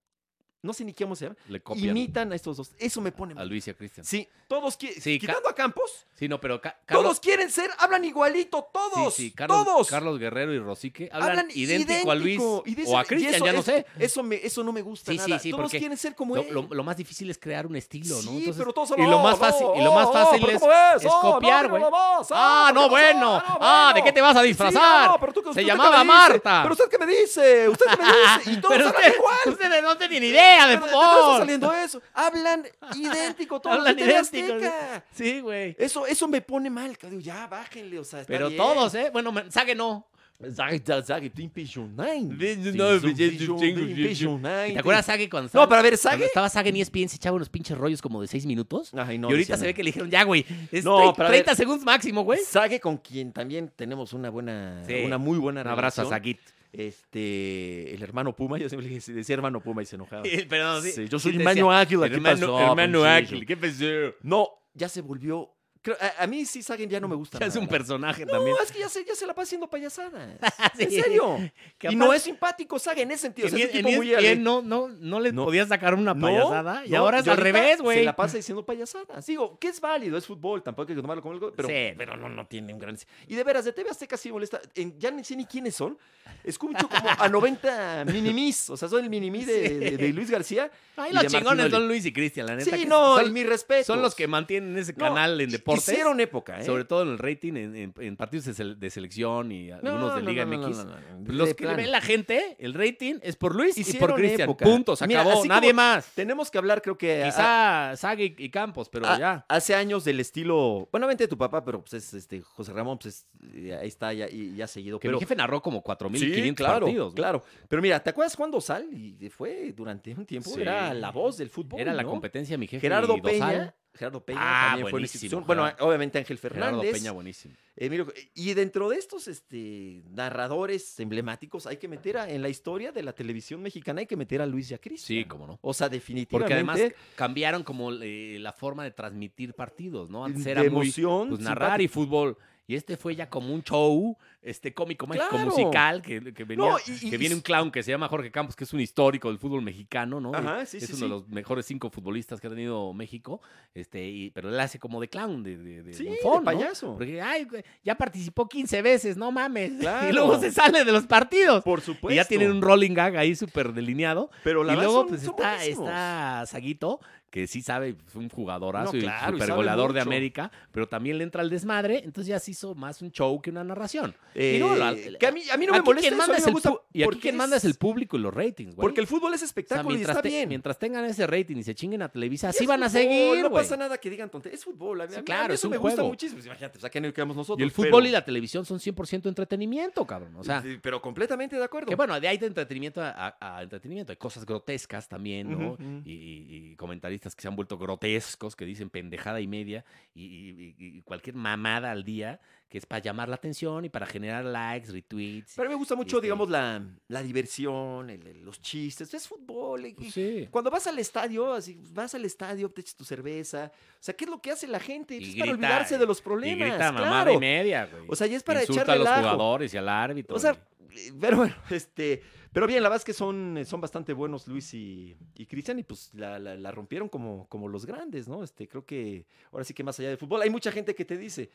Speaker 1: no sé ni qué vamos a llamar,
Speaker 2: Le copian
Speaker 1: imitan a estos dos. Eso me pone
Speaker 2: a
Speaker 1: mal.
Speaker 2: Luis y a Cristian.
Speaker 1: Sí, todos quieren.
Speaker 2: Sí, Ca-
Speaker 1: quitando a Campos,
Speaker 2: Sí, no, pero Ca- Carlos,
Speaker 1: todos quieren ser, hablan igualito, todos.
Speaker 2: Sí, sí, Carlos,
Speaker 1: todos.
Speaker 2: Carlos Guerrero y Rosique hablan
Speaker 1: hablan
Speaker 2: idéntico, a Luis
Speaker 1: idéntico, y dicen-
Speaker 2: o a
Speaker 1: y
Speaker 2: Cristian,
Speaker 1: eso-
Speaker 2: ya no
Speaker 1: eso-
Speaker 2: sé.
Speaker 1: Eso, me, eso no me gusta
Speaker 2: Sí, sí,
Speaker 1: nada.
Speaker 2: sí,
Speaker 1: todos
Speaker 2: porque
Speaker 1: quieren ser como
Speaker 2: Lo,
Speaker 1: él.
Speaker 2: lo- lo más difícil es crear un estilo,
Speaker 1: sí,
Speaker 2: ¿no? Entonces,
Speaker 1: pero todos
Speaker 2: y lo más fácil, y lo
Speaker 1: ¡Oh,
Speaker 2: más fácil es es copiar, güey. Ah, no, bueno. Ah, ¿de qué te vas a disfrazar? Se llamaba Marta.
Speaker 1: Pero usted qué me dice, usted qué me dice. Y todos
Speaker 2: Pero
Speaker 1: hablan
Speaker 2: usted-
Speaker 1: igual.
Speaker 2: ustedes no tienen ni idea de
Speaker 1: Pero ¿de dónde está
Speaker 2: fútbol.
Speaker 1: saliendo eso? Hablan idéntico todos.
Speaker 2: Hablan
Speaker 1: Hablan idéntico.
Speaker 2: idéntico, Sí, güey.
Speaker 1: Eso, eso me pone mal. que Digo, ya, bájenle, o sea, está
Speaker 2: Pero
Speaker 1: bien.
Speaker 2: todos, ¿eh? Bueno, Mensaje no.
Speaker 1: Zag, zag, zag, team Pigeon Nine.
Speaker 2: Bien,
Speaker 1: Team
Speaker 2: no,
Speaker 1: Zoom,
Speaker 2: bien,
Speaker 1: Pigeon,
Speaker 2: bien,
Speaker 1: Team
Speaker 2: bien,
Speaker 1: Pigeon Nine.
Speaker 2: ¿Te acuerdas, Sage, cuando estaba,
Speaker 1: No, pero a ver,
Speaker 2: cuando
Speaker 1: Sage.
Speaker 2: estaba Sage en E ESPN se echaba unos pinches rollos como de seis minutos?
Speaker 1: Ay, no,
Speaker 2: y ahorita
Speaker 1: decía
Speaker 2: se
Speaker 1: no.
Speaker 2: ve que le dijeron, ya, güey, es
Speaker 1: No,
Speaker 2: 30,
Speaker 1: pero a ver.
Speaker 2: segundos máximo, güey.
Speaker 1: Sage, con quien también tenemos una buena,
Speaker 2: Sí.
Speaker 1: una muy buena
Speaker 2: Un abrazo a
Speaker 1: relación.
Speaker 2: Saguit.
Speaker 1: Este, el hermano Puma, yo siempre le dije- decía hermano Puma y se enojaba.
Speaker 2: Pero
Speaker 1: Sí, yo soy
Speaker 2: sí te
Speaker 1: hermano
Speaker 2: decía,
Speaker 1: Águila, ¿qué pasó, Pues
Speaker 2: hermano
Speaker 1: Panchillo?
Speaker 2: Ágil, ¿qué pasó?
Speaker 1: No, ya se volvió. creo- a, a mí sí, Sagen ya no me gusta.
Speaker 2: Ya es
Speaker 1: nada.
Speaker 2: un personaje
Speaker 1: No,
Speaker 2: también.
Speaker 1: es que ya se, ya se la pasa haciendo payasadas.
Speaker 2: Sí.
Speaker 1: En serio.
Speaker 2: Que
Speaker 1: y no
Speaker 2: aparte-
Speaker 1: es simpático, Sagen, en ese sentido. O
Speaker 2: En,
Speaker 1: sea, es un
Speaker 2: en
Speaker 1: tipo muy
Speaker 2: ESPN
Speaker 1: alegre.
Speaker 2: no, no, no le
Speaker 1: No.
Speaker 2: podías sacar una
Speaker 1: No,
Speaker 2: payasada. y
Speaker 1: no,
Speaker 2: ahora es al
Speaker 1: ahorita
Speaker 2: revés,
Speaker 1: Se
Speaker 2: güey.
Speaker 1: la pasa diciendo payasadas. Digo, que es válido, es fútbol, tampoco hay que tomarlo como algo, pero,
Speaker 2: Sí.
Speaker 1: pero no, no tiene un gran... Y de veras, de TV Azteca sí molesta. En- ya ni sé ni quiénes son. Escucho como a 90 minimis. O sea, soy el minimí de,
Speaker 2: Sí.
Speaker 1: de- de Luis García.
Speaker 2: Ay,
Speaker 1: y
Speaker 2: los
Speaker 1: de
Speaker 2: chingones
Speaker 1: Martinoli.
Speaker 2: son Luis y Cristian, la neta.
Speaker 1: Sí,
Speaker 2: que
Speaker 1: no,
Speaker 2: son,
Speaker 1: el mi respeto.
Speaker 2: son los que mantienen ese
Speaker 1: No,
Speaker 2: canal en deportes.
Speaker 1: Hicieron época, ¿eh?
Speaker 2: Sobre todo en el rating, en, en- en partidos de, sele- de selección y
Speaker 1: No,
Speaker 2: algunos de
Speaker 1: no,
Speaker 2: Liga
Speaker 1: no, no,
Speaker 2: MX.
Speaker 1: no, no, no,
Speaker 2: Los
Speaker 1: de
Speaker 2: que
Speaker 1: plano.
Speaker 2: ve la gente, el rating es por Luis y por
Speaker 1: Hicieron
Speaker 2: Cristian.
Speaker 1: época.
Speaker 2: Punto, se
Speaker 1: Mira,
Speaker 2: acabó.
Speaker 1: así
Speaker 2: Nadie
Speaker 1: como-
Speaker 2: más.
Speaker 1: Tenemos que hablar, creo que... a-
Speaker 2: Quizá Saga y, y Campos, pero
Speaker 1: a-
Speaker 2: ya.
Speaker 1: Ah, Hace años del estilo, bueno, vente de tu papá, pero pues es este José Ramón, pues es- eh, ahí está ya y ya seguido.
Speaker 2: Que
Speaker 1: pero
Speaker 2: mi jefe narró como 4.500
Speaker 1: Sí, claro,
Speaker 2: partidos. ¿no?
Speaker 1: Claro. Pero mira, ¿te acuerdas Juan Dosal? Y fue durante un tiempo,
Speaker 2: Sí.
Speaker 1: era la voz del fútbol.
Speaker 2: Era la
Speaker 1: ¿no?
Speaker 2: competencia, mi jefe.
Speaker 1: Gerardo
Speaker 2: y Dosal.
Speaker 1: Peña Gerardo Peña
Speaker 2: Ah,
Speaker 1: también fue una
Speaker 2: buenísimo,
Speaker 1: institución. Bueno,
Speaker 2: Gerardo-
Speaker 1: obviamente Ángel
Speaker 2: Gerardo
Speaker 1: Fernández. eh,
Speaker 2: Peña, buenísimo.
Speaker 1: Emilio- y dentro de estos este, narradores emblemáticos hay que meter a- en la historia de la televisión mexicana, hay que meter a Luis Yacrista.
Speaker 2: Sí, cómo no.
Speaker 1: O sea, definitivamente.
Speaker 2: Porque además cambiaron como eh, la forma de transmitir partidos, ¿no? Antes
Speaker 1: de
Speaker 2: era muy
Speaker 1: emoción,
Speaker 2: pues, narrar y fútbol. Y este fue ya como un show, este cómico mágico
Speaker 1: Claro.
Speaker 2: musical que, que venía,
Speaker 1: No, y- y-
Speaker 2: que viene un clown que se llama Jorge Campos, que es un histórico del fútbol mexicano, ¿no?
Speaker 1: Ajá, sí,
Speaker 2: es
Speaker 1: sí,
Speaker 2: uno
Speaker 1: sí.
Speaker 2: de los mejores cinco futbolistas que ha tenido México, este, y- pero él hace como de clown, de, de, de
Speaker 1: Sí,
Speaker 2: bufón,
Speaker 1: de
Speaker 2: ¿no?
Speaker 1: payaso.
Speaker 2: Porque, ay, güey, ya participó 15 veces, no mames.
Speaker 1: Claro.
Speaker 2: Y luego se sale de los partidos.
Speaker 1: Por supuesto.
Speaker 2: Y ya tienen un rolling gag ahí súper delineado.
Speaker 1: Pero la
Speaker 2: y
Speaker 1: verdad
Speaker 2: luego,
Speaker 1: son-
Speaker 2: pues,
Speaker 1: son
Speaker 2: está,
Speaker 1: buenísimos.
Speaker 2: está Saguito, que sí sabe, fue un jugadorazo
Speaker 1: No, claro, y
Speaker 2: y
Speaker 1: sabe
Speaker 2: super goleador de
Speaker 1: mucho.
Speaker 2: América, pero también le entra el desmadre, entonces ya se hizo más un show que una narración.
Speaker 1: Eh,
Speaker 2: Y no, la-
Speaker 1: que a mí, a mí no me
Speaker 2: Aquí
Speaker 1: molesta
Speaker 2: quien
Speaker 1: eso, a
Speaker 2: manda
Speaker 1: mí
Speaker 2: es
Speaker 1: me
Speaker 2: el
Speaker 1: gusta
Speaker 2: pu- y aquí
Speaker 1: porque
Speaker 2: quien manda es el público y los ratings, güey.
Speaker 1: Porque el fútbol es
Speaker 2: O sea,
Speaker 1: espectáculo y
Speaker 2: mientras,
Speaker 1: está
Speaker 2: te-
Speaker 1: bien.
Speaker 2: mientras tengan ese rating y se chinguen a Televisa,
Speaker 1: Es
Speaker 2: así van a
Speaker 1: fútbol,
Speaker 2: seguir,
Speaker 1: No
Speaker 2: güey.
Speaker 1: pasa nada que digan tonterías. Es fútbol. A mí,
Speaker 2: Sí,
Speaker 1: a mí
Speaker 2: claro, es
Speaker 1: eso
Speaker 2: un
Speaker 1: me gusta
Speaker 2: juego.
Speaker 1: muchísimo. Pues Imagínate, pues, ¿a qué no quedamos nosotros?
Speaker 2: Y el
Speaker 1: Pero-
Speaker 2: fútbol y la televisión son 100% entretenimiento, cabrón. O sea,
Speaker 1: Sí, Pero completamente de acuerdo.
Speaker 2: Que bueno, de ahí de entretenimiento a, a- a entretenimiento. Hay cosas grotescas también, ¿no?
Speaker 1: Ujú, ujú.
Speaker 2: y, y- y comentaristas que se han vuelto grotescos, que dicen pendejada y media, y, y- y- y cualquier mamada al día, que es para llamar la atención y para generar likes, retweets.
Speaker 1: Pero a mí me gusta mucho,
Speaker 2: Este-
Speaker 1: digamos, la, la diversión, el- el- los chistes. Es fútbol. y- y
Speaker 2: sí.
Speaker 1: Cuando vas al estadio, así, vas al estadio, te echas tu cerveza. O sea, ¿qué es lo que hace la gente?
Speaker 2: Y
Speaker 1: Pues Es
Speaker 2: grita,
Speaker 1: para olvidarse de los
Speaker 2: Y
Speaker 1: problemas.
Speaker 2: grita mamada
Speaker 1: claro.
Speaker 2: y media, güey.
Speaker 1: O sea, ya es para
Speaker 2: Insulta
Speaker 1: echarle
Speaker 2: a los
Speaker 1: el ajo.
Speaker 2: jugadores y al árbitro.
Speaker 1: O sea,
Speaker 2: güey.
Speaker 1: eh, pero bueno, este, pero bien, la verdad es que son, eh, son bastante buenos Luis y, y Cristian y pues la, la- la rompieron como, como los grandes, ¿no? Este, creo que ahora sí que más allá del fútbol, hay mucha gente que te dice,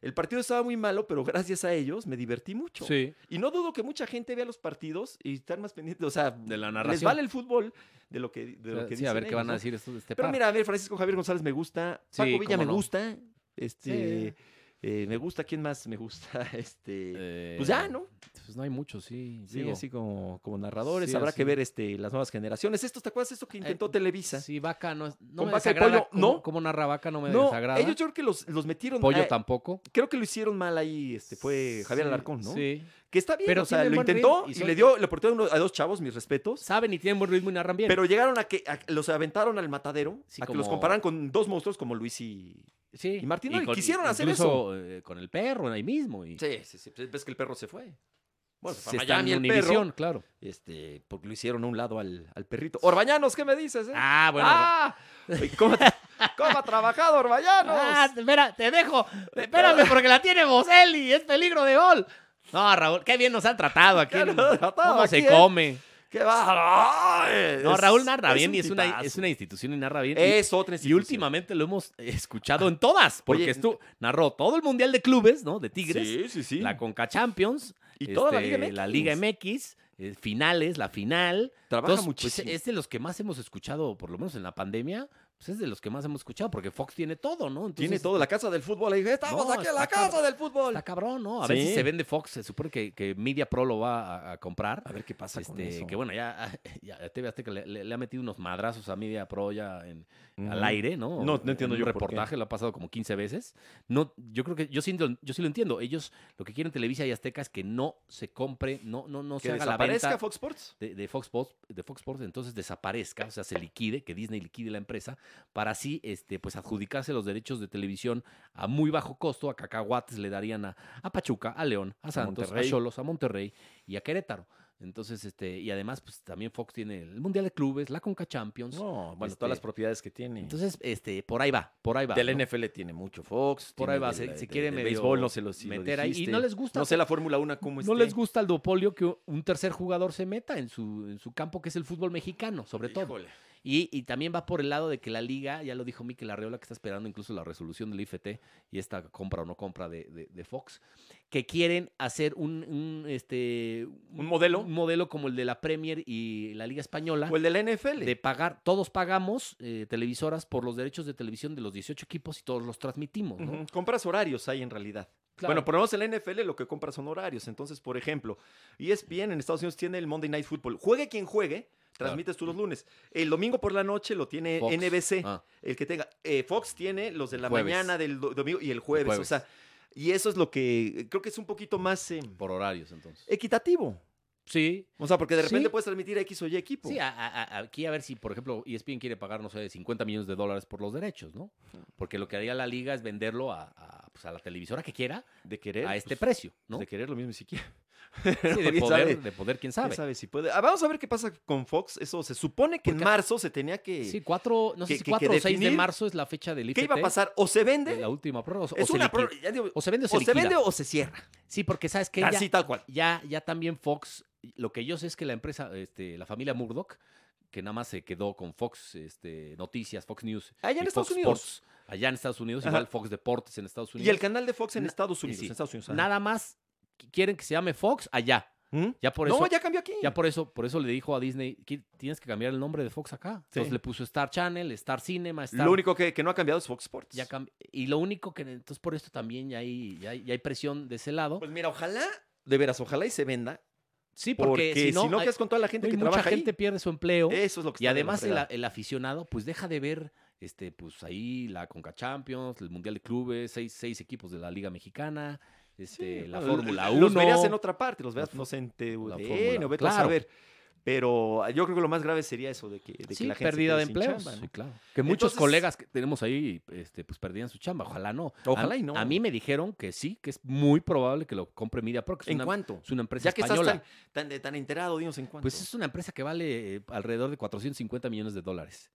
Speaker 1: el partido estaba muy malo, pero gracias a ellos me divertí mucho.
Speaker 2: sí.
Speaker 1: Y no dudo que mucha gente vea los partidos y están más pendientes, o sea,
Speaker 2: De la
Speaker 1: les
Speaker 2: narración.
Speaker 1: vale el fútbol de lo que, de
Speaker 2: O
Speaker 1: lo
Speaker 2: sea,
Speaker 1: que
Speaker 2: sí, a
Speaker 1: dicen
Speaker 2: ver qué van
Speaker 1: ellos, ¿no?
Speaker 2: a decir estos de este
Speaker 1: Pero
Speaker 2: par.
Speaker 1: mira, a ver, Francisco Javier González me gusta,
Speaker 2: Sí,
Speaker 1: Paco Villa
Speaker 2: cómo
Speaker 1: me
Speaker 2: no.
Speaker 1: gusta, este,
Speaker 2: Sí.
Speaker 1: eh, me gusta, ¿quién más me gusta? Este,
Speaker 2: Eh,
Speaker 1: pues ya, ¿no?
Speaker 2: Pues no hay mucho, sí.
Speaker 1: Sí,
Speaker 2: digo.
Speaker 1: así como, como narradores.
Speaker 2: sí,
Speaker 1: Habrá
Speaker 2: así.
Speaker 1: que ver este, las nuevas generaciones. Esto, ¿te acuerdas de esto que intentó Televisa?
Speaker 2: Sí, Vaca no, es- no
Speaker 1: Con
Speaker 2: me
Speaker 1: Vaca y
Speaker 2: desagrada.
Speaker 1: Pollo,
Speaker 2: cómo-
Speaker 1: no.
Speaker 2: cómo narra Vaca no me
Speaker 1: no,
Speaker 2: desagrada.
Speaker 1: ellos yo creo que los, los metieron.
Speaker 2: Pollo
Speaker 1: ah,
Speaker 2: tampoco.
Speaker 1: creo que lo hicieron mal ahí, este, fue Javier
Speaker 2: Sí,
Speaker 1: Alarcón, ¿no?
Speaker 2: Sí.
Speaker 1: Que está bien,
Speaker 2: Pero
Speaker 1: o sea,
Speaker 2: tienen
Speaker 1: lo
Speaker 2: buen
Speaker 1: intentó
Speaker 2: ritmo y
Speaker 1: y,
Speaker 2: son-
Speaker 1: le dio la oportunidad a uno- a dos chavos, mis respetos.
Speaker 2: Saben y tienen buen ritmo y narran bien.
Speaker 1: Pero llegaron a que a- los aventaron al matadero,
Speaker 2: Sí,
Speaker 1: a que los
Speaker 2: como-
Speaker 1: comparan con dos monstruos como Luis y.
Speaker 2: sí.
Speaker 1: y Martín Oli,
Speaker 2: con-
Speaker 1: quisieron hacer
Speaker 2: incluso, eh, con el perro ahí mismo. Y
Speaker 1: Sí, sí, sí. pues Ves que el perro se fue. Bueno, se fue
Speaker 2: se
Speaker 1: a
Speaker 2: está en
Speaker 1: Miami el
Speaker 2: Univisión,
Speaker 1: perro.
Speaker 2: claro.
Speaker 1: Este, porque lo hicieron a un lado al, al perrito. Orbañanos, ¿qué me dices? eh?
Speaker 2: Ah, bueno.
Speaker 1: ¡Ah! Oye, ¿Cómo, cómo ha trabajado Orbañanos?
Speaker 2: Ah, espera, te dejo. Espérame porque la tiene Boselli. Es peligro de gol. No, Raúl, qué bien nos han tratado aquí.
Speaker 1: Qué
Speaker 2: en-
Speaker 1: nos han tratado
Speaker 2: ¿Cómo
Speaker 1: aquí,
Speaker 2: se
Speaker 1: eh?
Speaker 2: come?
Speaker 1: ¡Qué bárbaro!
Speaker 2: No,
Speaker 1: Es-
Speaker 2: Raúl narra
Speaker 1: es
Speaker 2: bien
Speaker 1: un
Speaker 2: y es una,
Speaker 1: tipazo.
Speaker 2: es una institución y narra bien. Y-
Speaker 1: Es otra
Speaker 2: Y
Speaker 1: institución.
Speaker 2: últimamente lo hemos eh, escuchado en todas,
Speaker 1: Oye,
Speaker 2: porque estuvo narró todo el Mundial de Clubes, ¿no? De Tigres,
Speaker 1: Sí, sí, sí.
Speaker 2: la Conca Champions,
Speaker 1: y toda la
Speaker 2: este,
Speaker 1: Liga MX.
Speaker 2: la Liga MX, eh, finales, la final.
Speaker 1: Trabaja
Speaker 2: Entonces, pues,
Speaker 1: muchísimo.
Speaker 2: es de los que más hemos escuchado, por lo menos en la pandemia, pues es de los que más hemos escuchado, porque Fox tiene todo, ¿no? Entonces,
Speaker 1: Tiene todo, la casa del fútbol. Ahí, Estamos
Speaker 2: No,
Speaker 1: aquí en la
Speaker 2: está
Speaker 1: casa
Speaker 2: cabrón.
Speaker 1: del fútbol.
Speaker 2: Está cabrón, ¿no? A
Speaker 1: Sí.
Speaker 2: ver si se vende Fox, se supone que, que Media Pro lo va a, a comprar.
Speaker 1: A ver qué pasa con
Speaker 2: Este,
Speaker 1: eso.
Speaker 2: que bueno, ya, ya a TV Azteca le, le- le ha metido unos madrazos a Media Pro ya en,
Speaker 1: Ujú.
Speaker 2: al aire, ¿no?
Speaker 1: No, no entiendo
Speaker 2: En
Speaker 1: yo por qué.
Speaker 2: Un reportaje lo ha pasado como 15 veces. No, yo creo que yo sí, lo- yo sí lo entiendo. Ellos lo que quieren Televisa y Azteca es que no se compre, no no no
Speaker 1: Que
Speaker 2: se haga la
Speaker 1: desaparezca
Speaker 2: venta
Speaker 1: Fox Sports.
Speaker 2: de, de Fox Sports, de Fox Sports, entonces desaparezca, o sea, se liquide, que Disney liquide la empresa para así este pues adjudicarse los derechos de televisión a muy bajo costo, a cacahuates le darían a, a Pachuca, a León, a Santos, a
Speaker 1: Monterrey.
Speaker 2: Cholos, a Monterrey y a Querétaro. Entonces, este, y además, pues también Fox tiene el Mundial de Clubes, la Conca Champions.
Speaker 1: No, bueno,
Speaker 2: Este,
Speaker 1: todas las propiedades que tiene.
Speaker 2: Entonces, este, por ahí va, por ahí va.
Speaker 1: del
Speaker 2: ¿no?
Speaker 1: NFL tiene mucho Fox.
Speaker 2: Por
Speaker 1: tiene
Speaker 2: ahí va,
Speaker 1: de
Speaker 2: se-
Speaker 1: la-
Speaker 2: se
Speaker 1: de-
Speaker 2: quiere
Speaker 1: de
Speaker 2: medio
Speaker 1: béisbol, no se lo, sí lo
Speaker 2: meter ahí. Y no
Speaker 1: dijiste.
Speaker 2: les gusta.
Speaker 1: No sé la Fórmula 1 cómo
Speaker 2: No les
Speaker 1: esté.
Speaker 2: gusta al duopolio que un tercer jugador se meta en su, en su campo, que es el fútbol mexicano, sobre todo.
Speaker 1: Híjole.
Speaker 2: Y, y también va por el lado de que la liga, ya lo dijo Mikel Arreola, que está esperando incluso la resolución del IFT y esta compra o no compra de, de- de Fox, que quieren hacer un, un, este,
Speaker 1: ¿Un modelo?
Speaker 2: un modelo como el de la Premier y la Liga Española.
Speaker 1: O el del NFL.
Speaker 2: De pagar, todos pagamos eh, televisoras por los derechos de televisión de los 18 equipos y todos los transmitimos, ¿no?
Speaker 1: Ujú, Compras horarios hay en realidad.
Speaker 2: Claro.
Speaker 1: Bueno, por lo menos en la NFL lo que compra son horarios. Entonces, por ejemplo, E ESPN en Estados Unidos tiene el Monday Night Football. Juegue quien juegue, transmites tú los lunes. El domingo por la noche lo tiene
Speaker 2: Fox.
Speaker 1: NBC.
Speaker 2: Ah,
Speaker 1: El que tenga. eh, Fox tiene los de la
Speaker 2: Jueves.
Speaker 1: mañana, del do- domingo y el jueves.
Speaker 2: jueves.
Speaker 1: O sea, y eso es lo que eh, creo que es un poquito más eh,
Speaker 2: por horarios, entonces.
Speaker 1: equitativo.
Speaker 2: Sí.
Speaker 1: O sea, porque de repente
Speaker 2: Sí.
Speaker 1: puedes transmitir a X o Y equipo.
Speaker 2: Sí, a- a- a- aquí a ver si, por ejemplo, E ESPN quiere pagar, no sé, 50 millones de dólares por los derechos, ¿no? Porque lo que haría la liga es venderlo a, a, pues, a la televisora que quiera
Speaker 1: de querer.
Speaker 2: a este
Speaker 1: pues,
Speaker 2: precio, ¿no?
Speaker 1: De querer lo mismo ni siquiera.
Speaker 2: Sí, de
Speaker 1: ¿Quién
Speaker 2: poder,
Speaker 1: sabe?
Speaker 2: de poder, quién
Speaker 1: ¿Quién
Speaker 2: sabe.
Speaker 1: sabe si puede? Ah, vamos a ver qué pasa con Fox. Eso se supone que en
Speaker 2: Porque-
Speaker 1: marzo se tenía que.
Speaker 2: Sí, cuatro, no sé
Speaker 1: que- que-
Speaker 2: si
Speaker 1: que
Speaker 2: 4 o 6 de
Speaker 1: definir
Speaker 2: marzo es la fecha del IFT.
Speaker 1: ¿Qué iba a pasar? ¿O se
Speaker 2: de
Speaker 1: vende?
Speaker 2: La última prórroga. O,
Speaker 1: es
Speaker 2: o se
Speaker 1: una
Speaker 2: liquida.
Speaker 1: prórroga, ya digo,
Speaker 2: O se vende o se,
Speaker 1: O se
Speaker 2: liquida.
Speaker 1: vende o Ah, se cierra.
Speaker 2: Sí, porque sabes que ya,
Speaker 1: Así tal cual.
Speaker 2: ya, ya también Fox, lo que yo sé es que la empresa, este, la familia Murdoch, que nada más se quedó con Fox este, Noticias, Fox News.
Speaker 1: Allá en
Speaker 2: y
Speaker 1: Estados
Speaker 2: Fox
Speaker 1: Unidos.
Speaker 2: Sports, allá en Estados Unidos,
Speaker 1: Ajá.
Speaker 2: igual Fox Deportes en Estados Unidos.
Speaker 1: Y el canal de Fox en
Speaker 2: Na-
Speaker 1: Estados Unidos.
Speaker 2: sí.
Speaker 1: En Estados Unidos. ajá.
Speaker 2: Nada más qu- quieren que se llame Fox allá.
Speaker 1: ¿Mm?
Speaker 2: Ya por
Speaker 1: no,
Speaker 2: eso.
Speaker 1: ya cambió aquí.
Speaker 2: Ya por eso, por eso le dijo a Disney, "Qui- tienes que cambiar el nombre de Fox acá. Entonces
Speaker 1: Sí.
Speaker 2: le puso Star Channel, Star Cinema, Star...
Speaker 1: Lo único que, que no ha cambiado es Fox Sports.
Speaker 2: Ya cambi- y lo único que... Entonces por esto también ya hay, ya hay, ya hay presión de ese lado.
Speaker 1: Pues mira, ojalá, de veras, ojalá y se venda.
Speaker 2: sí,
Speaker 1: Porque, si no,
Speaker 2: hay-
Speaker 1: ¿qué es con toda la gente
Speaker 2: Hoy
Speaker 1: que
Speaker 2: mucha
Speaker 1: trabaja
Speaker 2: gente
Speaker 1: ahí?
Speaker 2: pierde su empleo
Speaker 1: Eso es lo que
Speaker 2: y
Speaker 1: está de la
Speaker 2: además el,
Speaker 1: fregada.
Speaker 2: el aficionado pues deja de ver este pues ahí la Conca Champions, el Mundial de Clubes, seis, seis equipos de la Liga Mexicana, este
Speaker 1: Sí,
Speaker 2: la
Speaker 1: bueno,
Speaker 2: Fórmula
Speaker 1: Los
Speaker 2: 1.
Speaker 1: verías en otra parte, los verías,
Speaker 2: La
Speaker 1: no sé, en
Speaker 2: la
Speaker 1: TUDN
Speaker 2: Fórmula,
Speaker 1: o vete a
Speaker 2: claro.
Speaker 1: saber. Pero yo creo que lo más grave sería eso de que, de que
Speaker 2: Sí,
Speaker 1: la gente se
Speaker 2: pérdida de
Speaker 1: quede sin
Speaker 2: empleos.
Speaker 1: chamba, ¿no?
Speaker 2: sí, claro. Que muchos
Speaker 1: Entonces-
Speaker 2: colegas que tenemos ahí este pues perdían su chamba, ojalá no. A-
Speaker 1: Ojalá y no.
Speaker 2: A mí me dijeron que sí, que es muy probable que lo compre MediaPro, que es
Speaker 1: ¿En
Speaker 2: una,
Speaker 1: cuánto? Pues
Speaker 2: es una empresa
Speaker 1: Ya que estás
Speaker 2: española.
Speaker 1: tan, tan, de- tan enterado, dinos en cuánto.
Speaker 2: Pues es una empresa que vale eh, alrededor de 450 millones de dólares.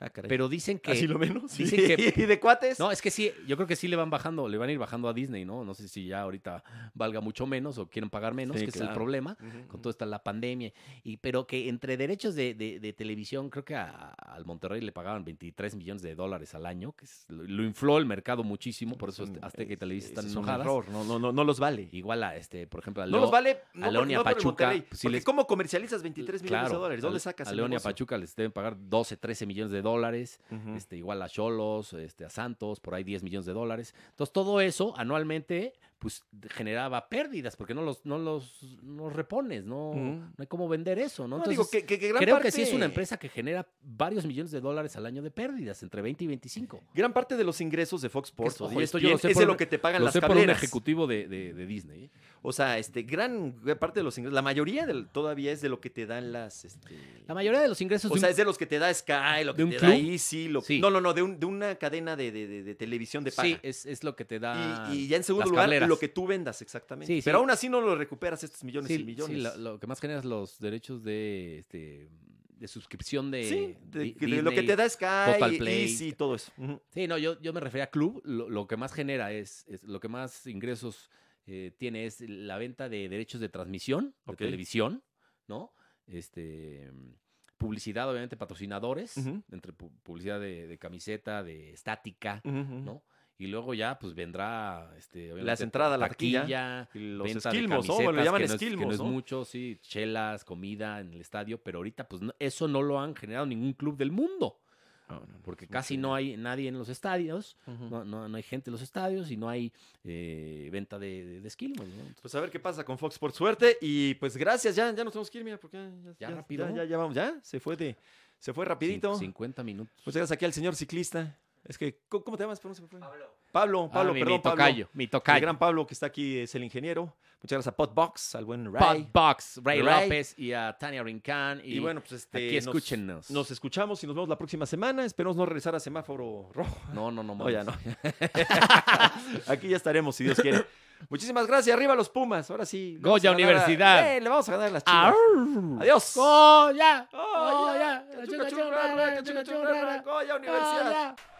Speaker 1: Ah, caray.
Speaker 2: Pero dicen que
Speaker 1: ¿Así lo menos? Sí.
Speaker 2: dicen que-
Speaker 1: ¿Y de cuates?
Speaker 2: No, es que sí, yo creo que sí le van bajando, le van a ir bajando a Disney, ¿no? No sé si ya ahorita valga mucho menos o quieren pagar menos,
Speaker 1: Sí,
Speaker 2: que es el
Speaker 1: claro.
Speaker 2: problema
Speaker 1: Ujú,
Speaker 2: con este toda esta la pandemia. Y, pero que entre derechos de, de- de televisión, creo que a- al Monterrey le pagaban 23 millones de dólares al año, que es- lo, lo infló el mercado muchísimo, por eso
Speaker 1: Es un-
Speaker 2: Azteca y
Speaker 1: es-
Speaker 2: Televisa están
Speaker 1: es un
Speaker 2: enojadas.
Speaker 1: error, No, no, no, no los vale.
Speaker 2: Igual a, este, por ejemplo, a
Speaker 1: no los
Speaker 2: León-
Speaker 1: vale. No
Speaker 2: a
Speaker 1: por-
Speaker 2: León y
Speaker 1: no
Speaker 2: a
Speaker 1: por el
Speaker 2: Pachuca,
Speaker 1: Monterrey,
Speaker 2: pues, sí
Speaker 1: porque
Speaker 2: les-
Speaker 1: ¿Cómo comercializas 23 millones
Speaker 2: claro,
Speaker 1: de dólares? ¿Dónde
Speaker 2: al-
Speaker 1: sacas?
Speaker 2: A
Speaker 1: el
Speaker 2: León y a
Speaker 1: negocio? Mm.
Speaker 2: Pachuca les deben pagar 12, 13 millones de dólares.
Speaker 1: Ujú.
Speaker 2: este, igual a Cholos, este, a Santos, por ahí 10 millones de dólares. Entonces, todo eso anualmente pues generaba pérdidas porque no los, no los, no repones, no,
Speaker 1: Ujú.
Speaker 2: no hay cómo vender eso, ¿no?
Speaker 1: No,
Speaker 2: Entonces,
Speaker 1: digo que, que- que gran
Speaker 2: creo
Speaker 1: parte-
Speaker 2: que sí es una empresa que genera varios millones de dólares al año de pérdidas, entre 20 y 25.
Speaker 1: Gran parte de los ingresos de Fox Sports o
Speaker 2: ojo,
Speaker 1: de
Speaker 2: esto yo lo
Speaker 1: ESPN
Speaker 2: sé
Speaker 1: es
Speaker 2: por
Speaker 1: de
Speaker 2: un-
Speaker 1: lo que te pagan
Speaker 2: Lo
Speaker 1: las
Speaker 2: sé por un
Speaker 1: cableras.
Speaker 2: ejecutivo de, de- de Disney. ¿eh?
Speaker 1: O sea, este, gran parte de los ingresos, la mayoría del- todavía es de lo que te dan las... este,
Speaker 2: La mayoría de los ingresos
Speaker 1: o
Speaker 2: de
Speaker 1: sea,
Speaker 2: un-
Speaker 1: es de los que te da Sky, lo
Speaker 2: ¿De
Speaker 1: que
Speaker 2: un
Speaker 1: te
Speaker 2: club?
Speaker 1: da Easy, lo
Speaker 2: Sí.
Speaker 1: No, no, no, de, un- de una cadena de, de- de- de televisión de paga.
Speaker 2: sí, es, es lo que te da...
Speaker 1: y, y ya en segundo
Speaker 2: las
Speaker 1: lugar,
Speaker 2: cableras.
Speaker 1: lo que tú vendas, exactamente.
Speaker 2: Sí, sí.
Speaker 1: Pero aún así no lo recuperas estos millones
Speaker 2: sí,
Speaker 1: y millones.
Speaker 2: sí, lo, lo que más genera es los derechos de, este, de suscripción de...
Speaker 1: Sí, de,
Speaker 2: Di-
Speaker 1: que- de lo que
Speaker 2: Disney.
Speaker 1: te da Sky,
Speaker 2: Total
Speaker 1: y-
Speaker 2: Play.
Speaker 1: Easy, todo eso. Ujú.
Speaker 2: Sí, no, yo, yo me refería a club. Lo, lo que más genera es, es- lo que más ingresos eh, tiene es la venta de derechos de transmisión, de
Speaker 1: Ok.
Speaker 2: televisión, ¿no? Este, mm, publicidad, obviamente, patrocinadores,
Speaker 1: Ujú.
Speaker 2: entre pu- publicidad de, de camiseta, de estática,
Speaker 1: Ujú, ujú.
Speaker 2: ¿no? Y luego ya, pues vendrá, este,
Speaker 1: Las entradas, la taquilla, Y los
Speaker 2: venta
Speaker 1: esquilmos,
Speaker 2: de
Speaker 1: ¿no? Bueno,
Speaker 2: camisetas,
Speaker 1: le llaman
Speaker 2: que no es- que no
Speaker 1: esquilmos,
Speaker 2: es
Speaker 1: ¿no?
Speaker 2: mucho, sí, chelas, comida en el estadio, pero ahorita, pues no- eso no lo han generado ningún club del mundo,
Speaker 1: No, no, no,
Speaker 2: porque
Speaker 1: es
Speaker 2: casi
Speaker 1: mucho
Speaker 2: no hay nadie en los estadios.
Speaker 1: dinero. Ujú.
Speaker 2: No, no, no hay gente en los estadios y no hay eh, venta de, de, de esquilmos, ¿no? Entonces,
Speaker 1: Pues a ver qué pasa con Fox por suerte. Y pues gracias, ya, ya nos tenemos que ir, mira, porque ya,
Speaker 2: Ya rápido.
Speaker 1: Ya, ya, ya vamos, ya, se fue de, se fue Pues, rapidito.
Speaker 2: cin- 50 minutos.
Speaker 1: Pues llegas aquí al señor ciclista. Es que, ¿cómo, cómo te llamas? Perdón, se me fue. Pablo. Pablo, Pablo,
Speaker 2: Ah, mi,
Speaker 1: perdón,
Speaker 2: mi
Speaker 1: Pablo.
Speaker 2: tocayo, mi
Speaker 1: El
Speaker 2: tocayo.
Speaker 1: gran Pablo que está aquí es el ingeniero. Muchas gracias a Podbox, al buen Ray.
Speaker 2: Pat Box, Ray,
Speaker 1: Ray.
Speaker 2: López y a Tania Rincán. Y,
Speaker 1: Y, bueno, pues este.
Speaker 2: aquí
Speaker 1: nos-
Speaker 2: escúchenos.
Speaker 1: Nos escuchamos y nos vemos la próxima semana. Esperemos no regresar a semáforo rojo.
Speaker 2: no, no, no,
Speaker 1: No, ya no.
Speaker 2: mames.
Speaker 1: Aquí ya estaremos, si Dios quiere. Muchísimas gracias. Arriba los Pumas. Ahora sí. le
Speaker 2: Goya
Speaker 1: vamos a ganar a-
Speaker 2: Universidad.
Speaker 1: Eh, le vamos a ganar a las chivas.
Speaker 2: Arr.
Speaker 1: Adiós.
Speaker 2: Goya.
Speaker 1: Oh,
Speaker 2: Goya.
Speaker 1: ya. Cachuca, churra, cachuca, churra, Goya Universidad.
Speaker 2: Goya.